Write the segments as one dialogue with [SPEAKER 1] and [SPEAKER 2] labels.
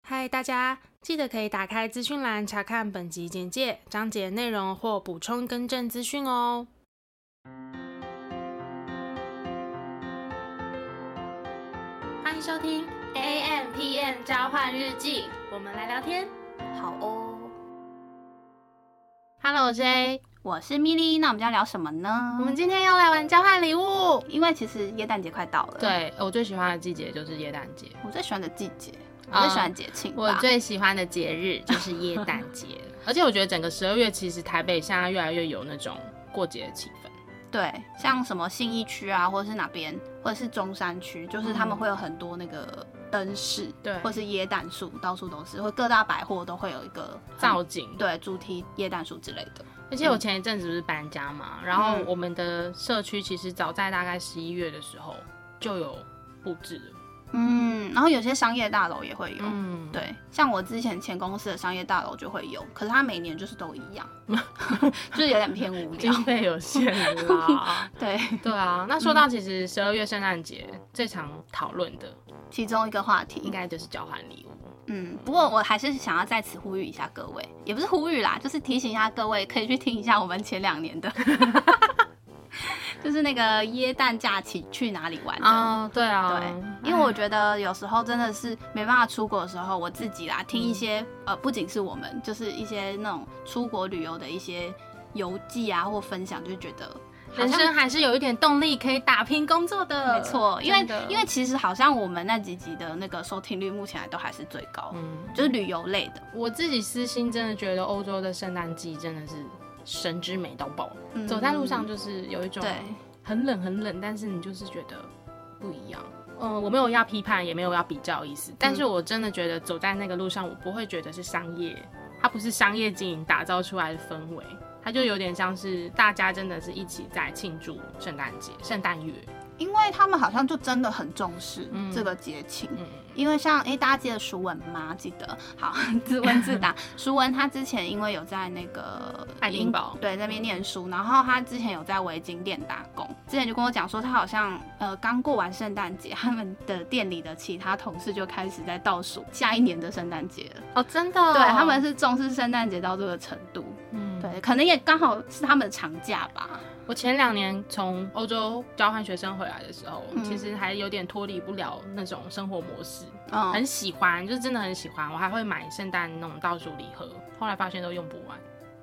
[SPEAKER 1] 嗨，大家记得可以打开资讯栏查看本集简介、章节内容或补充更正资讯哦。欢迎收听 A M P M 交换日记，我们来聊天。
[SPEAKER 2] 好哦，
[SPEAKER 1] Hello J，
[SPEAKER 2] 我是米莉，那我们要聊什么呢？
[SPEAKER 1] 我们今天要来玩交换礼物。
[SPEAKER 2] 因为其实耶诞节快到了，，
[SPEAKER 1] 对我最喜欢的季节就是耶诞节，
[SPEAKER 2] 我最喜欢的季节，我
[SPEAKER 1] 啊
[SPEAKER 2] 最喜欢节庆吧、
[SPEAKER 1] 我最喜欢的节日就是耶诞节， 而且我觉得整个十二月其实台北现在越来越有那种过节的气氛。
[SPEAKER 2] 对，像什么信义区啊，或者是哪边，或者是中山区，就是他们会有很多那个灯饰，
[SPEAKER 1] 对
[SPEAKER 2] 或是椰蛋树，到处都是，或各大百货都会有一个很
[SPEAKER 1] 造景，
[SPEAKER 2] 对主题椰蛋树之类的。
[SPEAKER 1] 而且我前一阵子不是搬家嘛，
[SPEAKER 2] 嗯
[SPEAKER 1] 然后我们的社区其实早在大概十一月的时候就有布置了，
[SPEAKER 2] 嗯，然后有些商业大楼也会有。
[SPEAKER 1] 嗯，
[SPEAKER 2] 对，像我之前前公司的商业大楼就会有，可是它每年就是都 一样，就是有点偏无聊
[SPEAKER 1] 经。费有限啦。
[SPEAKER 2] 对，
[SPEAKER 1] 对啊，那说到其实十二月圣诞节最常讨论的
[SPEAKER 2] 其中一个话题，
[SPEAKER 1] 应该就是交换礼物，
[SPEAKER 2] 嗯，不过我还是想要在此呼吁一下各位，也不是呼吁啦，就是提醒一下各位，可以去听一下我们前两年的， 就是那个耶诞假期去哪里玩的。
[SPEAKER 1] 啊，对啊，
[SPEAKER 2] 哦对，因为我觉得有时候真的是没办法出国的时候，我自己啦
[SPEAKER 1] 嗯
[SPEAKER 2] 听一些、呃，不仅是我们，就是一些那种出国旅游的一些游记啊或分享，就觉得好
[SPEAKER 1] 人
[SPEAKER 2] 像
[SPEAKER 1] 生还是有一点动力可以打拼工作的，
[SPEAKER 2] 没错，因为
[SPEAKER 1] 真的
[SPEAKER 2] 因为其实好像我们那几集的那个收听率目前还都还是最高，
[SPEAKER 1] 嗯，
[SPEAKER 2] 就是旅游类的，
[SPEAKER 1] 我自己私心真的觉得欧洲的圣诞季真的是神之美到爆，
[SPEAKER 2] 嗯
[SPEAKER 1] 走在路上就是有一种
[SPEAKER 2] 对。
[SPEAKER 1] 很冷很冷，但是你就是觉得不一样。嗯，我没有要批判，也没有要比较的意思，但是我真的觉得走在那个路上，我不会觉得是商业，它不是商业经营打造出来的氛围，它就有点像是大家真的是一起在庆祝圣诞节、圣诞月。
[SPEAKER 2] 因为他们好像就真的很重视这个节庆。
[SPEAKER 1] 嗯
[SPEAKER 2] 因为像诶，大家记得舒文吗？记得 好自问 自答。舒文他之前因为有在那个
[SPEAKER 1] 爱丁堡
[SPEAKER 2] 英对那边念书，然后他之前有在围巾店打工，之前就跟我讲说他好像呃刚过完圣诞节，他们的店里的其他同事就开始在倒数下一年的圣诞节了。
[SPEAKER 1] 哦，真的，
[SPEAKER 2] 对，他们是重视圣诞节到这个程度。
[SPEAKER 1] 嗯，
[SPEAKER 2] 对，可能也刚好是他们的长假吧。
[SPEAKER 1] 我前两年从欧洲交换学生回来的时候，
[SPEAKER 2] 嗯
[SPEAKER 1] 其实还有点脱离不了那种生活模式，
[SPEAKER 2] 嗯，
[SPEAKER 1] 很喜欢，就是真的很喜欢。我还会买圣诞那种倒数礼盒，后来发现都用不完。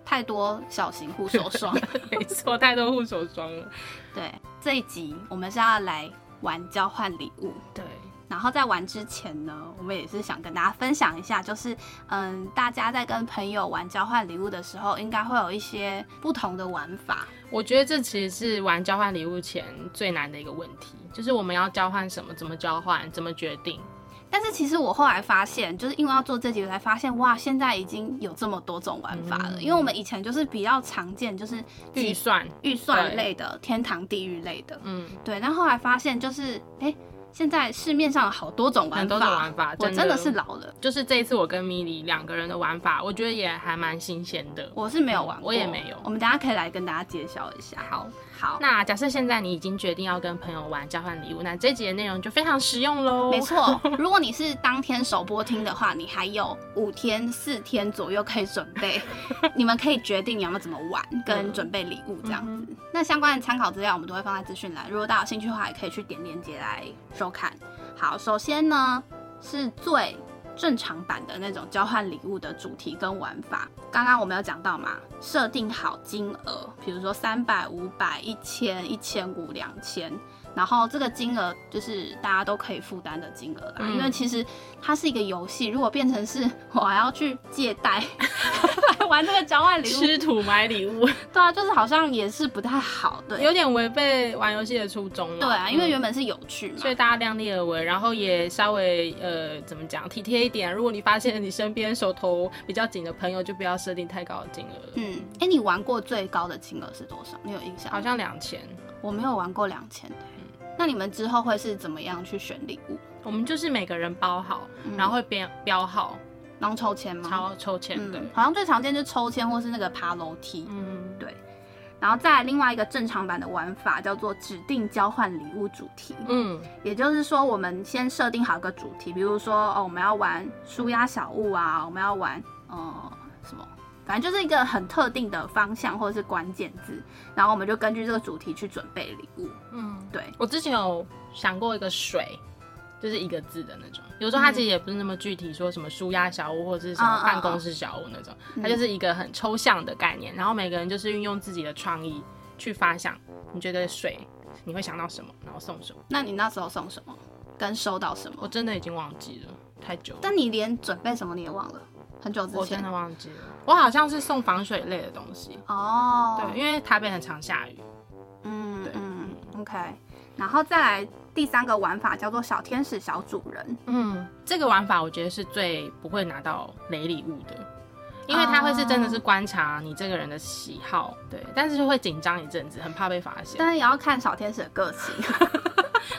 [SPEAKER 2] 太多小型护 手霜。
[SPEAKER 1] 没错，太多护手霜了。
[SPEAKER 2] 对，这一集我们是要来玩交换礼物。
[SPEAKER 1] 对，
[SPEAKER 2] 然后在玩之前呢，我们也是想跟大家分享一下，就是嗯，大家在跟朋友玩交换礼物的时候，应该会有一些不同的玩法。
[SPEAKER 1] 我觉得这其实是玩交换礼物前最难的一个问题，就是我们要交换什么，怎么交换，怎么决定。
[SPEAKER 2] 但是其实我后来发现，就是因为要做这集，我才发现哇，现在已经有这么多种玩法了。因为我们以前就是比较常见，就是
[SPEAKER 1] 预算，
[SPEAKER 2] 预算类的、天堂、地狱类的，
[SPEAKER 1] 嗯，
[SPEAKER 2] 对。但后来发现，就是哎，现在市面上有好多种玩
[SPEAKER 1] 很
[SPEAKER 2] 法，
[SPEAKER 1] 多种玩法，
[SPEAKER 2] 我真的是老了。
[SPEAKER 1] 就是这一次我跟米莉两个人的玩法，我觉得也还蛮新鲜的。
[SPEAKER 2] 我是没有玩过，
[SPEAKER 1] 我也没有
[SPEAKER 2] 我们等一下可以来跟大家揭晓一下。好，好，
[SPEAKER 1] 那假设现在你已经决定要跟朋友玩交换礼物，那这集的内容就非常实用喽。
[SPEAKER 2] 没，错。如果你是当天首播听的话，你还有五天、四天左右可以准 备，你们可以决定你要不要怎么玩，
[SPEAKER 1] 嗯
[SPEAKER 2] 跟准备礼物这样子。那相关的参考资料我们都会放在资讯栏，如果大家有兴趣的话，也可以去点链接来收看。好，首先呢是最。正常版的那种交换礼物的主题跟玩法，刚刚我们有讲到嘛，设定好金额，比如说三百、五百、一千、一千五、两千，然后这个金额就是大家都可以负担的金额啦，
[SPEAKER 1] 嗯
[SPEAKER 2] 因为其实它是一个游戏，如果变成是我还要去借贷 来玩这个交换礼物，
[SPEAKER 1] 吃土买礼物，
[SPEAKER 2] 对啊，就是好像也是不太好，对
[SPEAKER 1] 有点违背玩游戏的初衷了。
[SPEAKER 2] 对啊，因为
[SPEAKER 1] 嗯
[SPEAKER 2] 原本是有趣嘛
[SPEAKER 1] 所，以大家量力而为，然后也稍微呃怎么讲体贴一点。如果你发现你身边手头比较紧的朋友，就不要设定太高的金额，
[SPEAKER 2] 嗯，哎，你玩过最高的金额是多少？你有印象吗？
[SPEAKER 1] 好像两千。
[SPEAKER 2] 我没有玩过两千的。
[SPEAKER 1] 嗯
[SPEAKER 2] 那你们之后会是怎么样去选礼物？
[SPEAKER 1] 我们就是每个人包好，然后会编标号，
[SPEAKER 2] 然后抽签吗？嗯
[SPEAKER 1] 超抽签对。
[SPEAKER 2] 嗯，好像最常见就是抽签或是那个爬楼梯。
[SPEAKER 1] 嗯，
[SPEAKER 2] 对。然后再来另外一个正常版的玩法叫做指定交换礼物主题，
[SPEAKER 1] 嗯
[SPEAKER 2] 也就是说我们先设定好一个主题，比如说哦我们要玩舒压小物啊，我们要玩呃什么，反正就是一个很特定的方向或者是关键字，然后我们就根据这个主题去准备礼物。
[SPEAKER 1] 嗯，
[SPEAKER 2] 对，
[SPEAKER 1] 我之前有想过一个水。就是一个字的那种，有时候它其实也不是那么具体，说什么舒压小屋或者是什么
[SPEAKER 2] 嗯嗯嗯
[SPEAKER 1] 办公室小屋那种，它就是一个很抽象的概念。然后每个人就是运用自己的创意去发想，你觉得水你会想到什么，然后送什么。
[SPEAKER 2] 那你那时候送什么，跟收到什
[SPEAKER 1] 我
[SPEAKER 2] 么？
[SPEAKER 1] 真的已经忘记了，太久了。
[SPEAKER 2] 但你连准备什么你也忘了，很久之
[SPEAKER 1] 我真
[SPEAKER 2] 前
[SPEAKER 1] 的忘记了，我好像是送防水类的东西。
[SPEAKER 2] 哦，
[SPEAKER 1] 对，因为台北很常下雨。
[SPEAKER 2] 嗯
[SPEAKER 1] 对
[SPEAKER 2] 嗯，OK。然后再来第三个玩法叫做小天使小主人，
[SPEAKER 1] 嗯，这个玩法我觉得是最不会拿到雷礼物的，因为他会是真的是观察你这个人的喜
[SPEAKER 2] 哦
[SPEAKER 1] 好，对，但是就会紧张一阵子，很怕被发现。
[SPEAKER 2] 但是也要看小天使的个 性，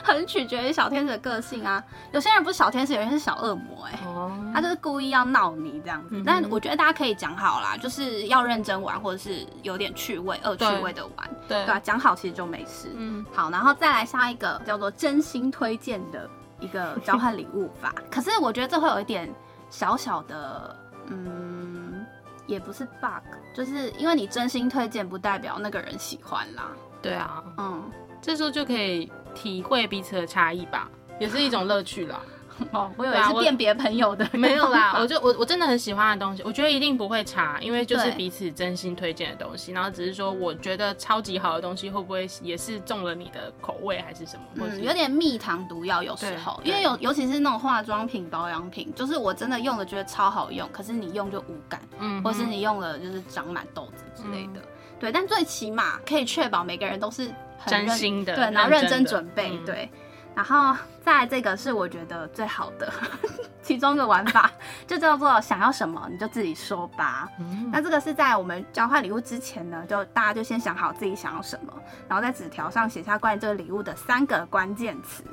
[SPEAKER 2] 很取决于小天使的个性啊。有些人不是小天使，有些人是小恶魔、哎。
[SPEAKER 1] 哦，
[SPEAKER 2] 他就是故意要闹你这样子，
[SPEAKER 1] 嗯哼
[SPEAKER 2] 但我觉得大家可以讲好啦，就是要认真玩，或者是有点趣味、恶趣味的玩，
[SPEAKER 1] 对
[SPEAKER 2] 对啊吧、，讲好其实就没事。
[SPEAKER 1] 嗯，
[SPEAKER 2] 好，然后再来下一个叫做真心推荐的一个交换礼物法。 可是我觉得这会有一点小小的，嗯，也不是 bug，就是因为你真心推荐，不代表那个人喜欢啦。
[SPEAKER 1] 对啊，
[SPEAKER 2] 嗯，
[SPEAKER 1] 这时候就可以体会彼此的差异 吧，也是一种乐趣啦。
[SPEAKER 2] 哦，我以
[SPEAKER 1] 对
[SPEAKER 2] 为
[SPEAKER 1] 啊
[SPEAKER 2] 是
[SPEAKER 1] 我
[SPEAKER 2] 辨别朋友的，
[SPEAKER 1] 没有 啦， 我就我我真的很喜欢的东西，我觉得一定不会差，因为就是
[SPEAKER 2] 对
[SPEAKER 1] 彼此真心推荐的东西，然后只是说我觉得超级好的东西会不会也是中了你的口味还是什么，或者
[SPEAKER 2] 嗯，有点蜜糖毒药，有时
[SPEAKER 1] 对
[SPEAKER 2] 候，
[SPEAKER 1] 对
[SPEAKER 2] 因为有尤其是那种化妆品、保养品，就是我真的用了觉得超好用，可是你用就无感，
[SPEAKER 1] 嗯
[SPEAKER 2] 或是你用了就是长满痘子之类的。对，但最起码可以确保每个人都是很认
[SPEAKER 1] 真心的
[SPEAKER 2] 对，然后
[SPEAKER 1] 认
[SPEAKER 2] 认
[SPEAKER 1] 真
[SPEAKER 2] 真
[SPEAKER 1] 的
[SPEAKER 2] 准备，
[SPEAKER 1] 嗯
[SPEAKER 2] 对。然后再来这个是我觉得最好的 其中一个玩法， 就叫做想要什么你就自己说吧。
[SPEAKER 1] 嗯
[SPEAKER 2] 那这个是在我们交换礼物之前呢，就大家就先想好自己想要什么，然后在纸条上写下关于这个礼物的三个关键词，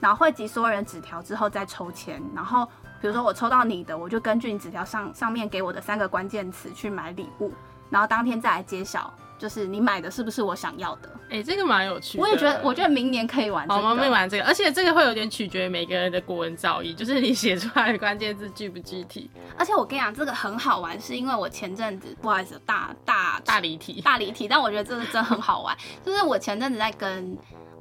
[SPEAKER 2] 然后汇集所有人纸条之后再抽签，然后。比如说我抽到你的，我就根据你纸条上上面给我的三个关键词去买礼物，然后当天再来揭晓，就是你买的是不是我想要的。
[SPEAKER 1] 哎、这个蛮有趣的。
[SPEAKER 2] 我也觉得，我觉得明年可以玩这
[SPEAKER 1] 好，
[SPEAKER 2] 个。
[SPEAKER 1] 我们玩这个，而且这个会有点取决于每个人的国文造诣，就是你写出来的关键字具不具体，
[SPEAKER 2] 而且我跟你讲，这个很好玩，是因为我前阵子不好意思，大大
[SPEAKER 1] 大离题。
[SPEAKER 2] 大离题，但我觉得这个真的很好玩。就是我前阵子在跟。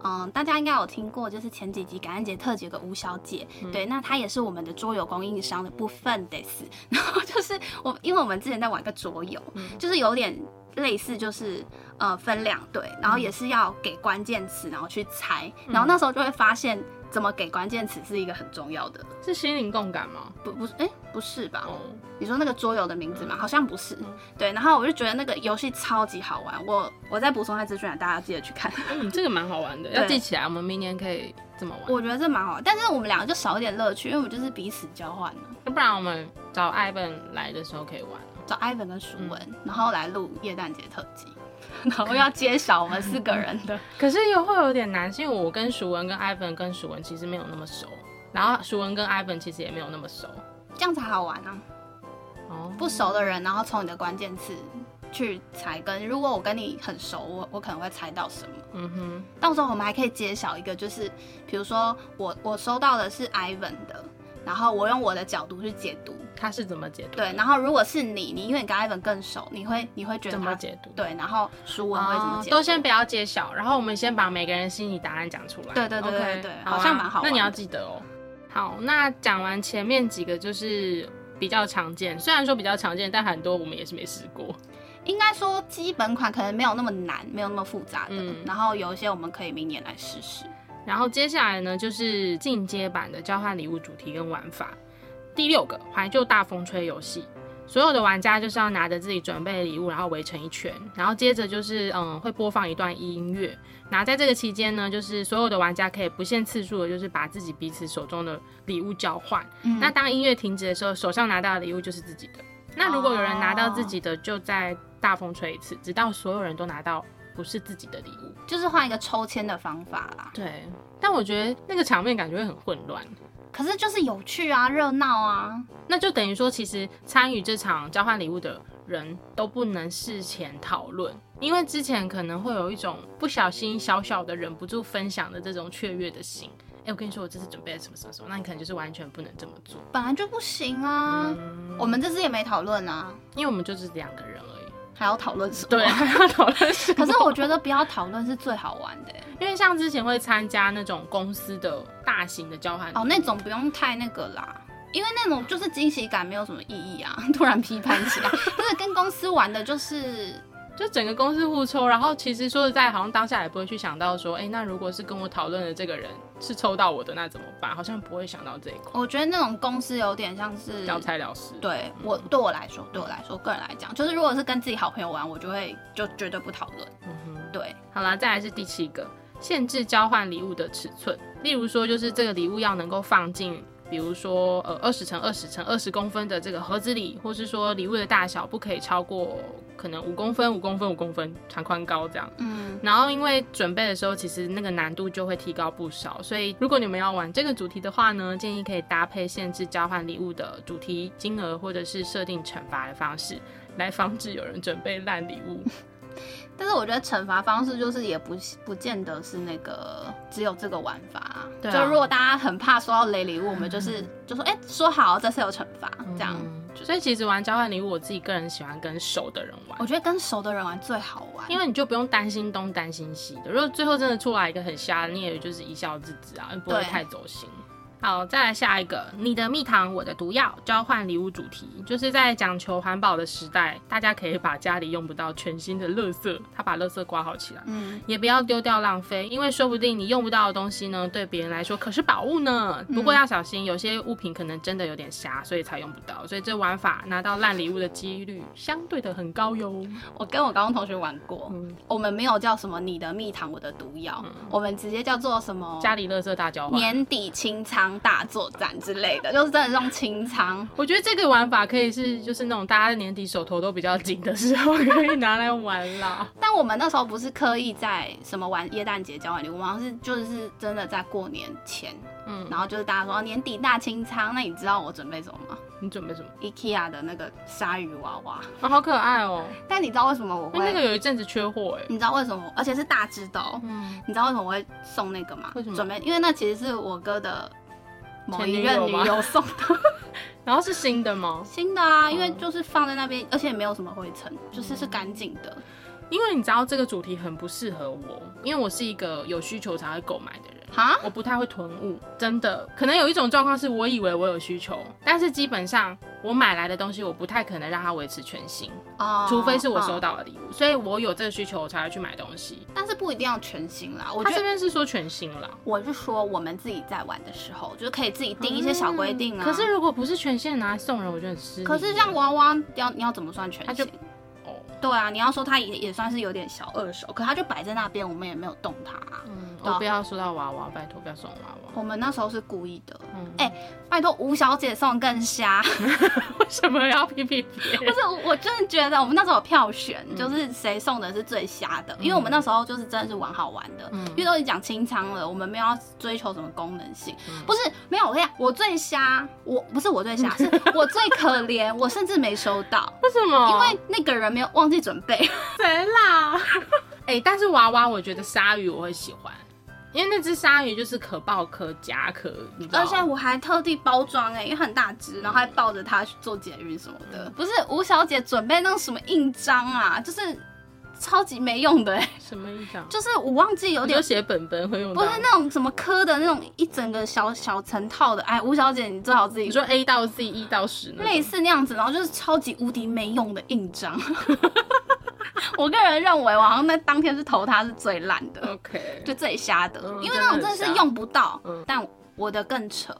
[SPEAKER 2] 嗯，大家应该有听过，就是前几集感恩节特辑有个吴小姐，对，那她也是我们的桌游供应商的部分的是。 然后就是我，因为我们之前在玩一个桌游，就是有点类似，就是呃分两队，然后也是要给关键词，然后去猜，然后那时候就会发现怎么给关键词是一个很重要的，
[SPEAKER 1] 是心灵共感吗？
[SPEAKER 2] 不不是，哎、不是吧？
[SPEAKER 1] 哦，
[SPEAKER 2] 你说那个桌游的名字吗？好像不是。对，然后我就觉得那个游戏超级好玩，我我再补充一下资讯啊，大家记得去看。
[SPEAKER 1] 嗯，这个蛮好玩的，
[SPEAKER 2] 对
[SPEAKER 1] 要记起来，我们明年可以这么玩。
[SPEAKER 2] 我觉得这蛮好玩，但是我们两个就少一点乐趣，因为我们就是彼此交换了。
[SPEAKER 1] 不然我们找艾本来的时候可以玩。
[SPEAKER 2] 找 Ivan 跟舒文，然后来录耶诞节特辑， 然后要揭晓我们四个人的。
[SPEAKER 1] 可是又会有点难，是因为我跟熟文、跟艾文、跟熟文其实没有那么熟，然后熟文跟艾文其实也没有那么熟。
[SPEAKER 2] 这样才好玩啊！
[SPEAKER 1] 哦，
[SPEAKER 2] 不熟的人，然后从你的关键词去猜跟。如果我跟你很熟，我我可能会猜到什么。
[SPEAKER 1] 嗯哼，
[SPEAKER 2] 到时候我们还可以揭晓一个，就是比如说我我收到的是 Ivan 的，然后我用我的角度去解读，
[SPEAKER 1] 他是怎么解读？
[SPEAKER 2] 对，然后如果是你，你因为你跟 Ivan 更熟，你会你会觉得
[SPEAKER 1] 怎么
[SPEAKER 2] 他
[SPEAKER 1] 解读？
[SPEAKER 2] 对，然后舒文会怎么
[SPEAKER 1] 哦
[SPEAKER 2] 解读？
[SPEAKER 1] 都先不要揭晓，然后我们先把每个人心里答案讲出来。
[SPEAKER 2] 对对对
[SPEAKER 1] OK，
[SPEAKER 2] 对对
[SPEAKER 1] 啊
[SPEAKER 2] 好像蛮好玩的
[SPEAKER 1] 那你要记得哦。好，那讲完前面几个就是比较常见，虽然说比较常见，但很多我们也是没试过。
[SPEAKER 2] 应该说基本款可能没有那么难，没有那么复杂的，
[SPEAKER 1] 嗯
[SPEAKER 2] 然后有一些我们可以明年来试试。
[SPEAKER 1] 然后接下来呢，就是进阶版的交换礼物主题跟玩法。第六个怀旧大风吹游戏，所有的玩家就是要拿着自己准备的礼物，然后围成一圈，然后接着就是嗯会播放一段音乐。那在这个期间呢，就是所有的玩家可以不限次数的，就是把自己彼此手中的礼物交换。
[SPEAKER 2] 嗯
[SPEAKER 1] 那当音乐停止的时候，手上拿到的礼物就是自己的。那如果有人拿到自己的，就再大风吹一次，直到所有人都拿到不是自己的礼物。
[SPEAKER 2] 就是换一个抽签的方法啦。
[SPEAKER 1] 对，但我觉得那个场面感觉会很混乱。
[SPEAKER 2] 可是就是有趣啊，热闹啊，
[SPEAKER 1] 那就等于说，其实参与这场交换礼物的人都不能事前讨论，因为之前可能会有一种不小心小小的忍不住分享的这种雀跃的心。哎、我跟你说，我这次准备了什么什么什么，那你可能就是完全不能这么做，
[SPEAKER 2] 本来就不行啊。
[SPEAKER 1] 嗯
[SPEAKER 2] 我们这次也没讨论啊，
[SPEAKER 1] 因为我们就是两个人而已。
[SPEAKER 2] 还要讨论什么？
[SPEAKER 1] 对，啊还 要讨论什么
[SPEAKER 2] 可是我觉得不要讨论是最好玩的欸、
[SPEAKER 1] 因为像之前会参加那种公司的大型的交换礼物
[SPEAKER 2] 哦，那种不用太那个啦，因为那种就是惊喜感没有什么意义啊。 突然批判 起来，不是跟公司玩的，就是
[SPEAKER 1] 就整个公司互抽，然后其实说实在，好像当下也不会去想到说，哎、那如果是跟我讨论的这个人是抽到我的，那怎么办？好像不会想到这一块，
[SPEAKER 2] 我觉得那种公司有点像是
[SPEAKER 1] 聊才了事。
[SPEAKER 2] 对我对我来说，对我来说，个人来讲，就是如果是跟自己好朋友玩，我就会就绝对不讨论。
[SPEAKER 1] 嗯哼，
[SPEAKER 2] 对，
[SPEAKER 1] 好啦，再来是第七个，限制交换礼物的尺寸，例如说就是这个礼物要能够放进。比如说，呃，二十乘二十乘二十公分的这个盒子里，或是说礼物的大小不可以超过可能五公分、五公分、五公分长宽高这样。
[SPEAKER 2] 嗯，
[SPEAKER 1] 然后因为准备的时候，其实那个难度就会提高不少，所以如果你们要玩这个主题的话呢，建议可以搭配限制交换礼物的主题、金额或者是设定惩罚的方式，来防止有人准备烂礼物。
[SPEAKER 2] 但是我觉得惩罚方式就是也不不见得是那个只有这个玩法啊。
[SPEAKER 1] 对啊嗯
[SPEAKER 2] 就如果大家很怕收到雷礼物，我们就是就说，哎、说好这次有惩罚，这样。
[SPEAKER 1] 所以其实玩交换礼物，我自己个人喜欢跟熟的人玩
[SPEAKER 2] 我。觉得跟熟的人玩最好玩，
[SPEAKER 1] 因为你就不用担心东担心西的，如果最后真的出来一个很瞎的，你也就是一笑置之啊，不会
[SPEAKER 2] 对
[SPEAKER 1] 太走心。好，再来下一个，你的蜜糖，我的毒药，交换礼物主题，就是在讲求环保的时代，大家可以把家里用不到全新的垃圾，他把垃圾刮好起来，
[SPEAKER 2] 嗯，
[SPEAKER 1] 也不要丢掉浪费，因为说不定你用不到的东西呢，对别人来说可是宝物呢。
[SPEAKER 2] 嗯
[SPEAKER 1] 不过要小心，有些物品可能真的有点瞎，所以才用不到，所以这玩法拿到烂礼物的几率相对的很高哟。
[SPEAKER 2] 我跟我高中同学玩过，
[SPEAKER 1] 嗯
[SPEAKER 2] 我们没有叫什么你的蜜糖我的毒药，我们直接叫做什么
[SPEAKER 1] 家里垃圾大交换，
[SPEAKER 2] 年底清仓大作战之类的， 就是真的是用清仓。
[SPEAKER 1] 我觉得这个玩法可以是，就是那种大家年底手头都比较紧的时候，可以拿来玩啦。
[SPEAKER 2] 但我们那时候不是刻意在什么玩耶诞节交换礼物，我们好像是就是真的在过年前，
[SPEAKER 1] 嗯
[SPEAKER 2] 嗯，然后就是大家说年底大清仓，那你知道我准备什么吗
[SPEAKER 1] 你准备什么？
[SPEAKER 2] ？IKEA 的那个鲨鱼娃娃。
[SPEAKER 1] 啊，好可爱哦、
[SPEAKER 2] 但你知道为什么我
[SPEAKER 1] 因为那
[SPEAKER 2] 会？
[SPEAKER 1] 个有一阵子缺货哎、
[SPEAKER 2] 你知道为什么？而且是大只的、哦。
[SPEAKER 1] 嗯，
[SPEAKER 2] 你知道为什么我会送那个吗？
[SPEAKER 1] 为什么
[SPEAKER 2] 准备，因为那其实是我哥的某一
[SPEAKER 1] 前
[SPEAKER 2] 任
[SPEAKER 1] 女
[SPEAKER 2] 女
[SPEAKER 1] 友吗
[SPEAKER 2] 友 送的
[SPEAKER 1] 然后是新的吗？
[SPEAKER 2] 新的啊，
[SPEAKER 1] 嗯
[SPEAKER 2] 因为就是放在那边，而且也没有什么灰尘，就是是干净的。
[SPEAKER 1] 因为你知道这个主题很不适合我，因为我是一个有需求才会购买的人。
[SPEAKER 2] 哈，
[SPEAKER 1] 我不太会囤物，真的。可能有一种状况是我以为我有需求，但是基本上我买来的东西，我不太可能让它维持全新，
[SPEAKER 2] 哦
[SPEAKER 1] 除非是我收
[SPEAKER 2] 到，
[SPEAKER 1] 到的礼物，所以我有这个需求，我才会去买东西。
[SPEAKER 2] 但是不一定要全新啦。我
[SPEAKER 1] 他
[SPEAKER 2] 觉
[SPEAKER 1] 这
[SPEAKER 2] 得
[SPEAKER 1] 边是说全新啦，
[SPEAKER 2] 我是说我们自己在玩的时候，就是可以自己定一些小规定啊。
[SPEAKER 1] 嗯可是如果不是全线拿来送人，我就很失礼。
[SPEAKER 2] 可是像娃娃要你要怎么算全
[SPEAKER 1] 它就
[SPEAKER 2] 新？
[SPEAKER 1] 哦，
[SPEAKER 2] 对啊，你要说它也也算是有点小二手，可它就摆在那边，我们也没有动它啊、
[SPEAKER 1] 嗯，
[SPEAKER 2] 对啊
[SPEAKER 1] 我不要说到娃娃，拜托不要送娃 娃。
[SPEAKER 2] 我们那时候是故意的，
[SPEAKER 1] 嗯，
[SPEAKER 2] 哎拜托吴小姐送更瞎。
[SPEAKER 1] 为什么要批评别
[SPEAKER 2] 不
[SPEAKER 1] 人？
[SPEAKER 2] 是，我我真的觉得我们那时候有票选，就是谁送的是最瞎的，因为我们那时候就是真的是玩好玩的，因为都已经讲清仓了，我们没有要追求什么功能性，不是没有，我跟你讲，我最瞎，我不是我最瞎，是我最可怜，我甚至没收到，
[SPEAKER 1] 为什么？
[SPEAKER 2] 因为那个人没有忘记准备，
[SPEAKER 1] 谁啦？ 哎、但是娃娃，我觉得鲨鱼我会喜欢，因为那只鲨鱼就是可抱可夹可，你知道
[SPEAKER 2] 而
[SPEAKER 1] 吗？
[SPEAKER 2] 且我还特地包装哎、因为很大只，然后还抱着它去做捷运什么的，不是吴小姐准备那种什么印章啊，就是超级没用的、欸，
[SPEAKER 1] 什么意思啊？
[SPEAKER 2] 就是我忘记有
[SPEAKER 1] 我
[SPEAKER 2] 点
[SPEAKER 1] 就写本本会用
[SPEAKER 2] 不
[SPEAKER 1] 到。
[SPEAKER 2] 是那种什么科的那种一整个小小成套的，哎，吴小姐你最好自己
[SPEAKER 1] 你说 A 到 Z 一到十呢？
[SPEAKER 2] 类似那样子，然后就是超级无敌没用的印章。 我个人认为，我好像在当天是投他是最烂的，
[SPEAKER 1] OK，
[SPEAKER 2] 就最瞎的，
[SPEAKER 1] 嗯
[SPEAKER 2] 因为那种
[SPEAKER 1] 真的很
[SPEAKER 2] 真
[SPEAKER 1] 瞎
[SPEAKER 2] 的是用不到。
[SPEAKER 1] 嗯
[SPEAKER 2] 但我的更扯，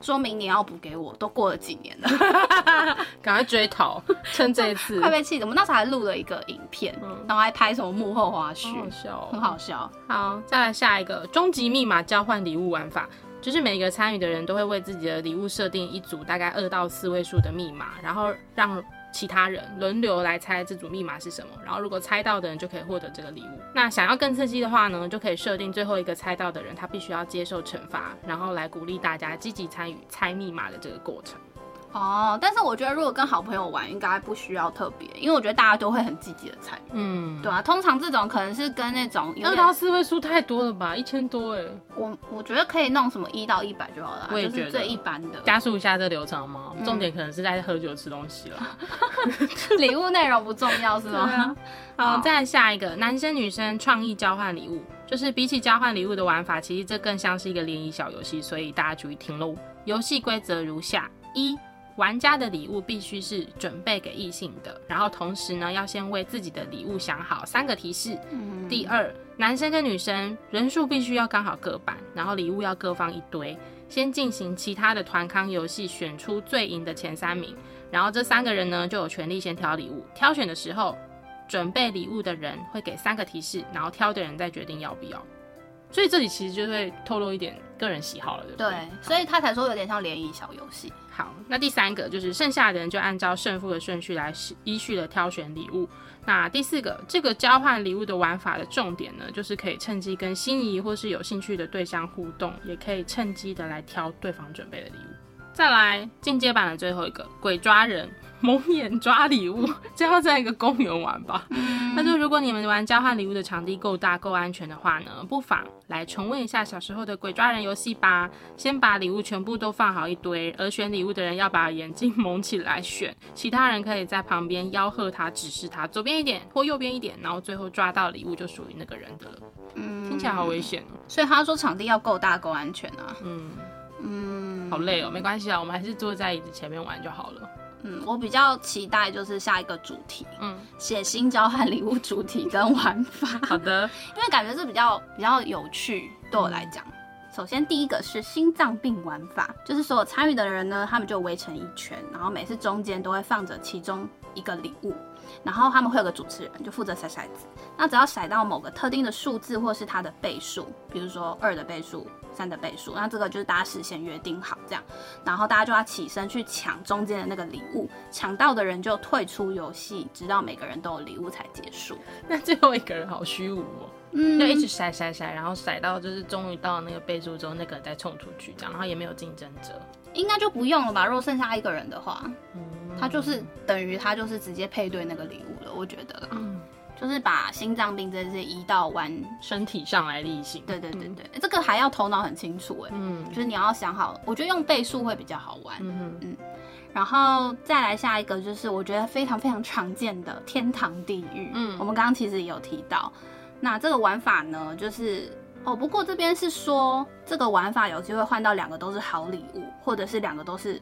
[SPEAKER 2] 说明年要补给我，都过了几年了，
[SPEAKER 1] 赶快追讨，趁这一 次。
[SPEAKER 2] 快被气的。我们那时候还录了一个影片，然后还拍什么幕后花絮
[SPEAKER 1] 好，好笑嗯哦，
[SPEAKER 2] 很好笑。
[SPEAKER 1] 好，再来下一个终极密码交换礼物玩法，就是每个参与的人都会为自己的礼物设定一组大概二到四位数的密码，然后让其他人轮流来猜这组密码是什么，然后如果猜到的人就可以获得这个礼物。那想要更刺激的话呢，就可以设定最后一个猜到的人他必须要接受惩罚，然后来鼓励大家积极参与猜密码的这个过程。
[SPEAKER 2] 哦，但是我觉得如果跟好朋友玩，应该不需要特别，因为我觉得大家都会很积极的猜。
[SPEAKER 1] 嗯，
[SPEAKER 2] 对啊，通常这种可能是跟那种有
[SPEAKER 1] 二
[SPEAKER 2] 点
[SPEAKER 1] 到四位数太多了吧，一千多哎，
[SPEAKER 2] 我我觉得可以弄什么一到一百就好了啊，
[SPEAKER 1] 我也
[SPEAKER 2] 就
[SPEAKER 1] 觉
[SPEAKER 2] 是
[SPEAKER 1] 得
[SPEAKER 2] 最一般的。
[SPEAKER 1] 加速一下这流程嘛。重点可能是在喝酒吃东西了。
[SPEAKER 2] 礼物内容不重要是
[SPEAKER 1] 对啊
[SPEAKER 2] 吗？
[SPEAKER 1] 好，
[SPEAKER 2] 好
[SPEAKER 1] 再来下一个，男生女生创意交换礼物，就是比起交换礼物的玩法，其实这更像是一个联谊小游戏，所以大家注意听喽。游戏规则如下：一。玩家的礼物必须是准备给异性的，然后同时呢，要先为自己的礼物想好三个提示。
[SPEAKER 2] 嗯
[SPEAKER 1] 第二，男生跟女生人数必须要刚好各半，然后礼物要各放一堆。先进行其他的团康游戏，选出最赢的前三名，然后这三个人呢就有权利先挑礼物。挑选的时候，准备礼物的人会给三个提示，然后挑的人再决定要不要。所以这里其实就会透露一点个人喜好了，对不
[SPEAKER 2] 对，所以他才说有点像联谊小游戏。
[SPEAKER 1] 好，那第三个就是剩下的人就按照胜负的顺序来依序的挑选礼物。那第四个，这个交换礼物的玩法的重点呢，就是可以趁机跟心仪或是有兴趣的对象互动，也可以趁机的来挑对方准备的礼物。再来进阶版的最后一个，鬼抓人，蒙眼抓礼物，这要在一个公园玩吧。他说，如果你们玩交换礼物的场地够大、够安全的话呢，不妨来重温一下小时候的鬼抓人游戏吧。先把礼物全部都放好一堆，而选礼物的人要把眼睛蒙起来选，其他人可以在旁边吆喝他、指示他，左边一点或右边一点，然后最后抓到礼物就属于那个人的了。
[SPEAKER 2] 嗯，
[SPEAKER 1] 听起来好危险哦，
[SPEAKER 2] 所以他说场地要够大够安全啊。
[SPEAKER 1] 嗯，
[SPEAKER 2] 嗯
[SPEAKER 1] 好累哦，没关系啊，我们还是坐在椅子前面玩就好了。
[SPEAKER 2] 嗯，我比较期待就是下一个主题，
[SPEAKER 1] 嗯，
[SPEAKER 2] 写新交换礼物主题跟玩法，
[SPEAKER 1] 好的，
[SPEAKER 2] 因为感觉是比较比较有趣，对我来讲。首先，第一个是心脏病玩法，就是所有参与的人呢，他们就围成一圈，然后每次中间都会放着其中一个礼物，然后他们会有个主持人就负责甩骰子。那只要甩到某个特定的数字或是它的倍数，比如说二的倍数、三的倍数，那这个就是大家事先约定好这样，然后大家就要起身去抢中间的那个礼物，抢到的人就退出游戏，直到每个人都有礼物才结束。
[SPEAKER 1] 那最后一个人好虚无哦，
[SPEAKER 2] 嗯
[SPEAKER 1] 就一直甩甩甩，然后甩到就是终于到那个倍数之后，那个人再冲出去，这样，然后也没有竞争者。
[SPEAKER 2] 应该就不用了吧？如果剩下一个人的话，
[SPEAKER 1] 嗯
[SPEAKER 2] 他就是等于他就是直接配对那个礼物了。我觉得啦，
[SPEAKER 1] 嗯
[SPEAKER 2] 就是把心脏病这件事移到玩，
[SPEAKER 1] 身体上来例行。
[SPEAKER 2] 对对对对，这个还要头脑很清楚哎、
[SPEAKER 1] 嗯
[SPEAKER 2] 就是你要想好，我觉得用倍数会比较好玩。
[SPEAKER 1] 嗯哼。
[SPEAKER 2] 然后再来下一个就是我觉得非常非常常见的天堂地狱，
[SPEAKER 1] 嗯
[SPEAKER 2] 我们刚刚其实也有提到。那这个玩法呢，就是哦，不过这边是说这个玩法有机会换到两个都是好礼物，或者是两个都是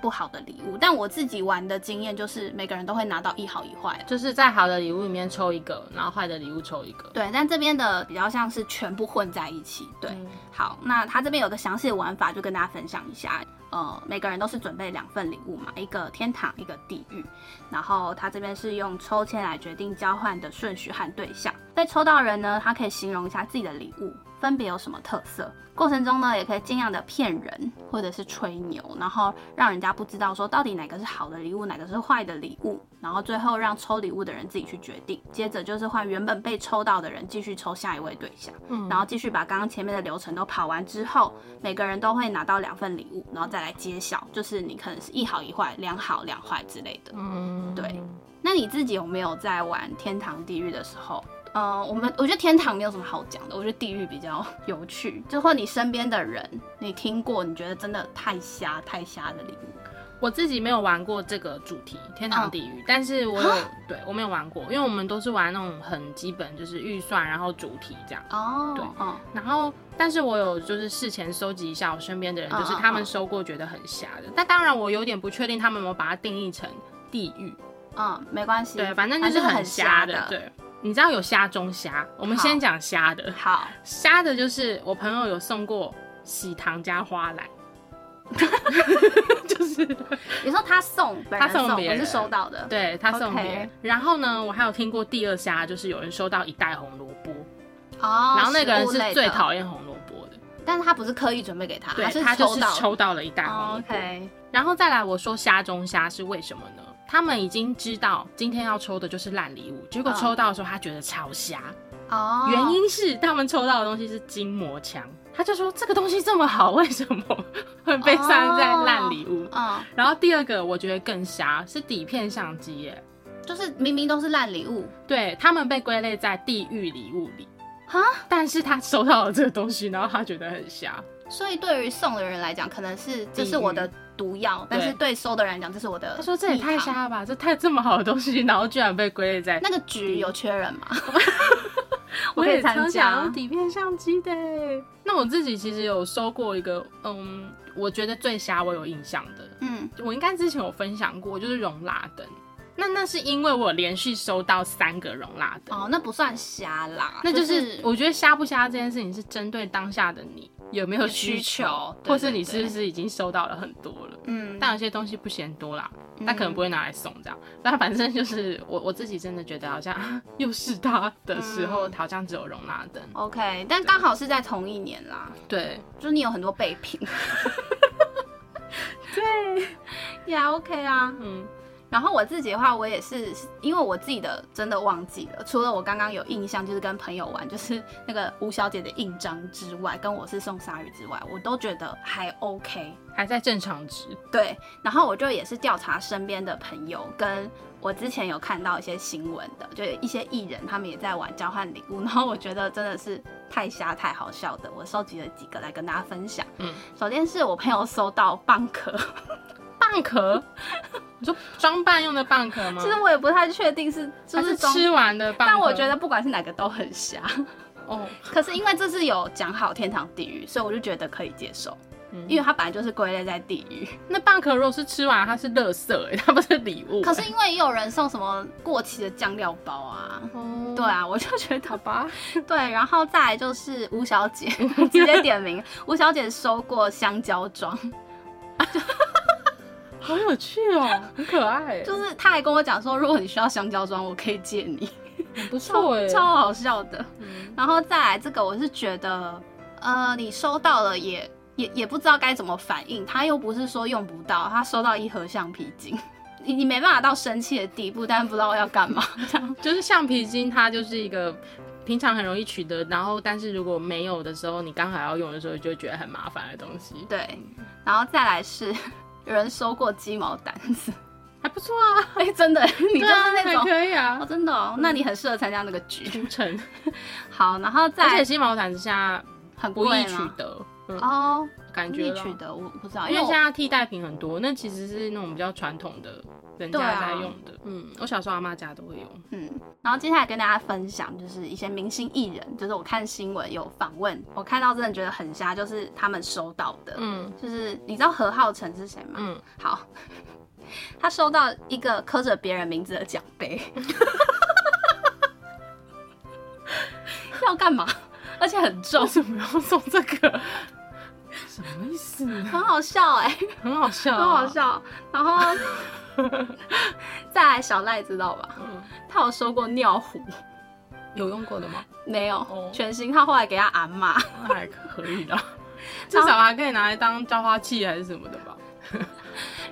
[SPEAKER 2] 不好的礼物。但我自己玩的经验就是每个人都会拿到一好一坏。
[SPEAKER 1] 就是在好的礼物里面抽一个，然后坏的礼物抽一个。
[SPEAKER 2] 对，但这边的比较像是全部混在一起。对，
[SPEAKER 1] 嗯
[SPEAKER 2] 好，那它这边有个详细的玩法，就跟大家分享一下。呃，每个人都是准备两份礼物嘛，一个天堂，一个地狱。然后它这边是用抽签来决定交换的顺序和对象。被抽到的人呢，他可以形容一下自己的礼物分别有什么特色。过程中呢，也可以尽量的骗人或者是吹牛，然后让人家不知道说到底哪个是好的礼物，哪个是坏的礼物。然后最后让抽礼物的人自己去决定。接着就是换原本被抽到的人继续抽下一位对象。然后继续把刚刚前面的流程都跑完之后，每个人都会拿到两份礼物，然后再来揭晓，就是你可能是一好一坏、两好两坏之类的。
[SPEAKER 1] 嗯，
[SPEAKER 2] 对那你自己有没有在玩天堂地狱的时候？呃，我们我觉得天堂没有什么好讲的，我觉得地狱比较 有趣，就或你身边的人，你听过，你觉得真的太瞎太瞎的礼物，
[SPEAKER 1] 我自己没有玩过这个主题《天堂地狱》，但是我有对我没有玩过，因为我们都是玩那种很基本，就是预算，然后主题这样。
[SPEAKER 2] 哦
[SPEAKER 1] 对
[SPEAKER 2] 嗯，
[SPEAKER 1] 然后，但是我有就是事前收集一下我身边的人，
[SPEAKER 2] 嗯
[SPEAKER 1] 就是他们收过觉得很瞎的。但当然，我有点不确定他们有没有把它定义成地狱。
[SPEAKER 2] 嗯，没关系，
[SPEAKER 1] 对，反正就是
[SPEAKER 2] 很
[SPEAKER 1] 很瞎的。
[SPEAKER 2] 的，，
[SPEAKER 1] 对，你知道有瞎中瞎，我们
[SPEAKER 2] 好
[SPEAKER 1] 先讲瞎的。
[SPEAKER 2] 好，
[SPEAKER 1] 瞎的就是我朋友有送过喜糖加花篮，就是
[SPEAKER 2] 你说他送，本人
[SPEAKER 1] 他送
[SPEAKER 2] 送，
[SPEAKER 1] 别
[SPEAKER 2] 我是
[SPEAKER 1] 人
[SPEAKER 2] 收到的，
[SPEAKER 1] 对他送别
[SPEAKER 2] OK
[SPEAKER 1] 人。然后呢，我还有听过第二瞎，就是有人收到一袋红萝卜，
[SPEAKER 2] 哦，
[SPEAKER 1] 然后那个人
[SPEAKER 2] 食物
[SPEAKER 1] 是
[SPEAKER 2] 类的
[SPEAKER 1] 最讨厌红萝卜的，
[SPEAKER 2] 但是他不是刻意准备给他，
[SPEAKER 1] 对
[SPEAKER 2] 是
[SPEAKER 1] 他就
[SPEAKER 2] 抽
[SPEAKER 1] 是
[SPEAKER 2] 到的。
[SPEAKER 1] 抽到了一袋红萝
[SPEAKER 2] 哦
[SPEAKER 1] 卜。
[SPEAKER 2] OK，
[SPEAKER 1] 然后再来，我说瞎中瞎是为什么呢？他们已经知道今天要抽的就是烂礼物，结果
[SPEAKER 2] 嗯
[SPEAKER 1] 抽到的时候他觉得超瞎，
[SPEAKER 2] 哦，
[SPEAKER 1] 原因是他们抽到的东西是筋膜枪，他就说这个东西这么好，为什么会被
[SPEAKER 2] 哦
[SPEAKER 1] 算在烂礼物？
[SPEAKER 2] 嗯，
[SPEAKER 1] 然后第二个我觉得更瞎是底片相机耶，
[SPEAKER 2] 就是明明都是烂礼物，
[SPEAKER 1] 对他们被归类在地狱礼物里
[SPEAKER 2] 哈，
[SPEAKER 1] 但是他收到了这个东西，然后他觉得很瞎，
[SPEAKER 2] 所以对于送的人来讲，可能是这是我的毒药，但是对收的人来讲，这是我的。
[SPEAKER 1] 他说这也太瞎。了吧，这太这么好的东西，然后居然被归类在，
[SPEAKER 2] 那个局有缺人吗？
[SPEAKER 1] 我
[SPEAKER 2] 可以
[SPEAKER 1] 也超
[SPEAKER 2] 参
[SPEAKER 1] 想要
[SPEAKER 2] 加。
[SPEAKER 1] 底片相机的耶。那我自己其实有收过一个，嗯，我觉得最瞎我有印象的，
[SPEAKER 2] 嗯，
[SPEAKER 1] 我应该之前有分享过，就是容蜡灯。那那是因为我连续收到三个容蜡灯，
[SPEAKER 2] 哦，那不算瞎啦，
[SPEAKER 1] 那就是、
[SPEAKER 2] 是
[SPEAKER 1] 我觉得瞎不瞎这件事情是针对当下的你有没有需
[SPEAKER 2] 需求对
[SPEAKER 1] 或是你
[SPEAKER 2] 对
[SPEAKER 1] 是
[SPEAKER 2] 对
[SPEAKER 1] 不是已经收到了很多了。
[SPEAKER 2] 嗯，
[SPEAKER 1] 但有些东西不嫌多啦，他可能不会拿来送这样。但反正就是我我自己真的觉得好像 啊又是他的时候，
[SPEAKER 2] 嗯
[SPEAKER 1] 好像只有容纳灯。
[SPEAKER 2] OK，但刚好是在同一年啦，
[SPEAKER 1] 对，
[SPEAKER 2] 就是你有很多备 品。对，呀、OK 啊。
[SPEAKER 1] 嗯
[SPEAKER 2] 然后我自己的话，我也是因为我自己的真的忘记了，除了我刚刚有印象，就是跟朋友玩， 就是那个吴小姐的印章之外，跟我是送鲨鱼之外，我都觉得还 OK。
[SPEAKER 1] 还在正常值。
[SPEAKER 2] 对，然后我就也是调查身边的朋友，跟我之前有看到一些新闻的，就有一些艺人他们也在玩交换礼物，然 后我觉得真的是太瞎太好笑的，我收集了几个来跟大家分享。
[SPEAKER 1] 嗯
[SPEAKER 2] 嗯，首先是我朋友收到蚌壳，
[SPEAKER 1] 蚌壳， 你说装扮用的蚌壳吗
[SPEAKER 2] 其？实我也不太确定是就
[SPEAKER 1] 还是
[SPEAKER 2] 是中，
[SPEAKER 1] 吃完的蚌壳。
[SPEAKER 2] 但我觉得不管是哪个都很瞎。
[SPEAKER 1] 哦，
[SPEAKER 2] 可是因为这是有讲好天堂地狱，所以我就觉得可以接受，
[SPEAKER 1] 嗯
[SPEAKER 2] 因为它本来就是归类在地狱。
[SPEAKER 1] 那蚌壳如果是吃完，它是垃圾、欸， 它不是礼物、
[SPEAKER 2] 可是因为也有人送什么过期的酱料包啊。
[SPEAKER 1] 哦
[SPEAKER 2] 对，啊，我就觉得
[SPEAKER 1] 好吧，
[SPEAKER 2] 对，然后再来就是吴小姐， 直接点 名。吴小姐收过香蕉装，
[SPEAKER 1] 好有趣哦，很可爱、欸，
[SPEAKER 2] 就是她还跟我讲说，如果你需要香蕉装，我可以借你，
[SPEAKER 1] 很不错哎、
[SPEAKER 2] 超好笑的。
[SPEAKER 1] 嗯
[SPEAKER 2] 然后再来这个，我是觉得，呃，你收到了也也也不知道该怎么反应，她又不是说用不到，她收到一盒橡皮筋。 你你没办法到生气的地步，但是不知道要干嘛。
[SPEAKER 1] 就是橡皮筋，它就是一个平常很容易取得，然后但是如果没有的时候，你刚好要用的时候，就会觉得很麻烦的东西，
[SPEAKER 2] 对，然后再来是有人收过鸡毛掸子，
[SPEAKER 1] 还不错啊，
[SPEAKER 2] 哎、真的，你就是那
[SPEAKER 1] 对啊
[SPEAKER 2] 种
[SPEAKER 1] 还可以啊
[SPEAKER 2] 哦，，真的哦，那你很适合参加那个局。
[SPEAKER 1] 铺陈，
[SPEAKER 2] 好，然后
[SPEAKER 1] 而且
[SPEAKER 2] 再
[SPEAKER 1] 鸡毛掸子现在
[SPEAKER 2] 很
[SPEAKER 1] 不易
[SPEAKER 2] 贵
[SPEAKER 1] 取
[SPEAKER 2] 吗？
[SPEAKER 1] 得，嗯，
[SPEAKER 2] 哦，
[SPEAKER 1] 感
[SPEAKER 2] 不
[SPEAKER 1] 觉
[SPEAKER 2] 易
[SPEAKER 1] 啦
[SPEAKER 2] 取得，我不知道，
[SPEAKER 1] 因
[SPEAKER 2] 因
[SPEAKER 1] 为
[SPEAKER 2] 为
[SPEAKER 1] 现
[SPEAKER 2] 我
[SPEAKER 1] 在替代品很多，那其实是那种比较传统的人
[SPEAKER 2] 对
[SPEAKER 1] 家
[SPEAKER 2] 啊
[SPEAKER 1] 在用的。嗯，我小时候阿妈家都会用。
[SPEAKER 2] 嗯，然后接下来跟大家分享就是一些明星艺人，就是我看新闻有访问，我看到真的觉得很瞎，就是他们收到的，
[SPEAKER 1] 嗯
[SPEAKER 2] 就是你知道何浩晨是谁吗？
[SPEAKER 1] 嗯，
[SPEAKER 2] 好， 他收到一个刻着别人名字的奖杯， 要干嘛？而且很 重
[SPEAKER 1] 为，什么要送这个？ 什么意思？
[SPEAKER 2] 很好笑哎、
[SPEAKER 1] 很好笑、啊
[SPEAKER 2] 很好。笑。然后 再来小赖知道吧？
[SPEAKER 1] 嗯，
[SPEAKER 2] 他有收过尿壶，
[SPEAKER 1] 有用过的吗？
[SPEAKER 2] 没有、
[SPEAKER 1] 哦
[SPEAKER 2] 全新，他后来给他阿妈，
[SPEAKER 1] 那还可以 的，至少还可以拿来当浇花器还是什么的吧。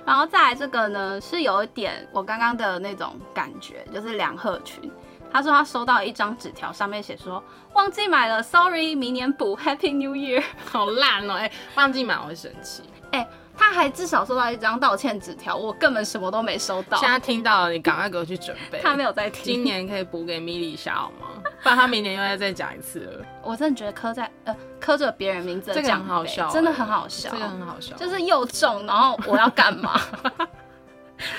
[SPEAKER 2] 然后再来这个呢，是有一点我刚刚的那种感觉，就是梁鹤群。他说他收到一张纸条，上面写说忘记买了，sorry，明年补，Happy New Year。
[SPEAKER 1] 好烂哦、哎、忘记买我会生气。
[SPEAKER 2] 哎、他还至少收到一张道歉纸条，我根本什么都没收到
[SPEAKER 1] 现。在听到了，你赶快给我去准备。
[SPEAKER 2] 他没有在听。
[SPEAKER 1] 今年可以补给米莉一下好吗？不然他明年又要再讲一次了。
[SPEAKER 2] 我真的觉得刻在呃刻着别人名字
[SPEAKER 1] 这
[SPEAKER 2] 的
[SPEAKER 1] 个
[SPEAKER 2] 奖
[SPEAKER 1] 很
[SPEAKER 2] 杯，
[SPEAKER 1] 好笑、
[SPEAKER 2] 真的很好笑，
[SPEAKER 1] 这个很好笑。
[SPEAKER 2] 就是又重，然后我要干嘛？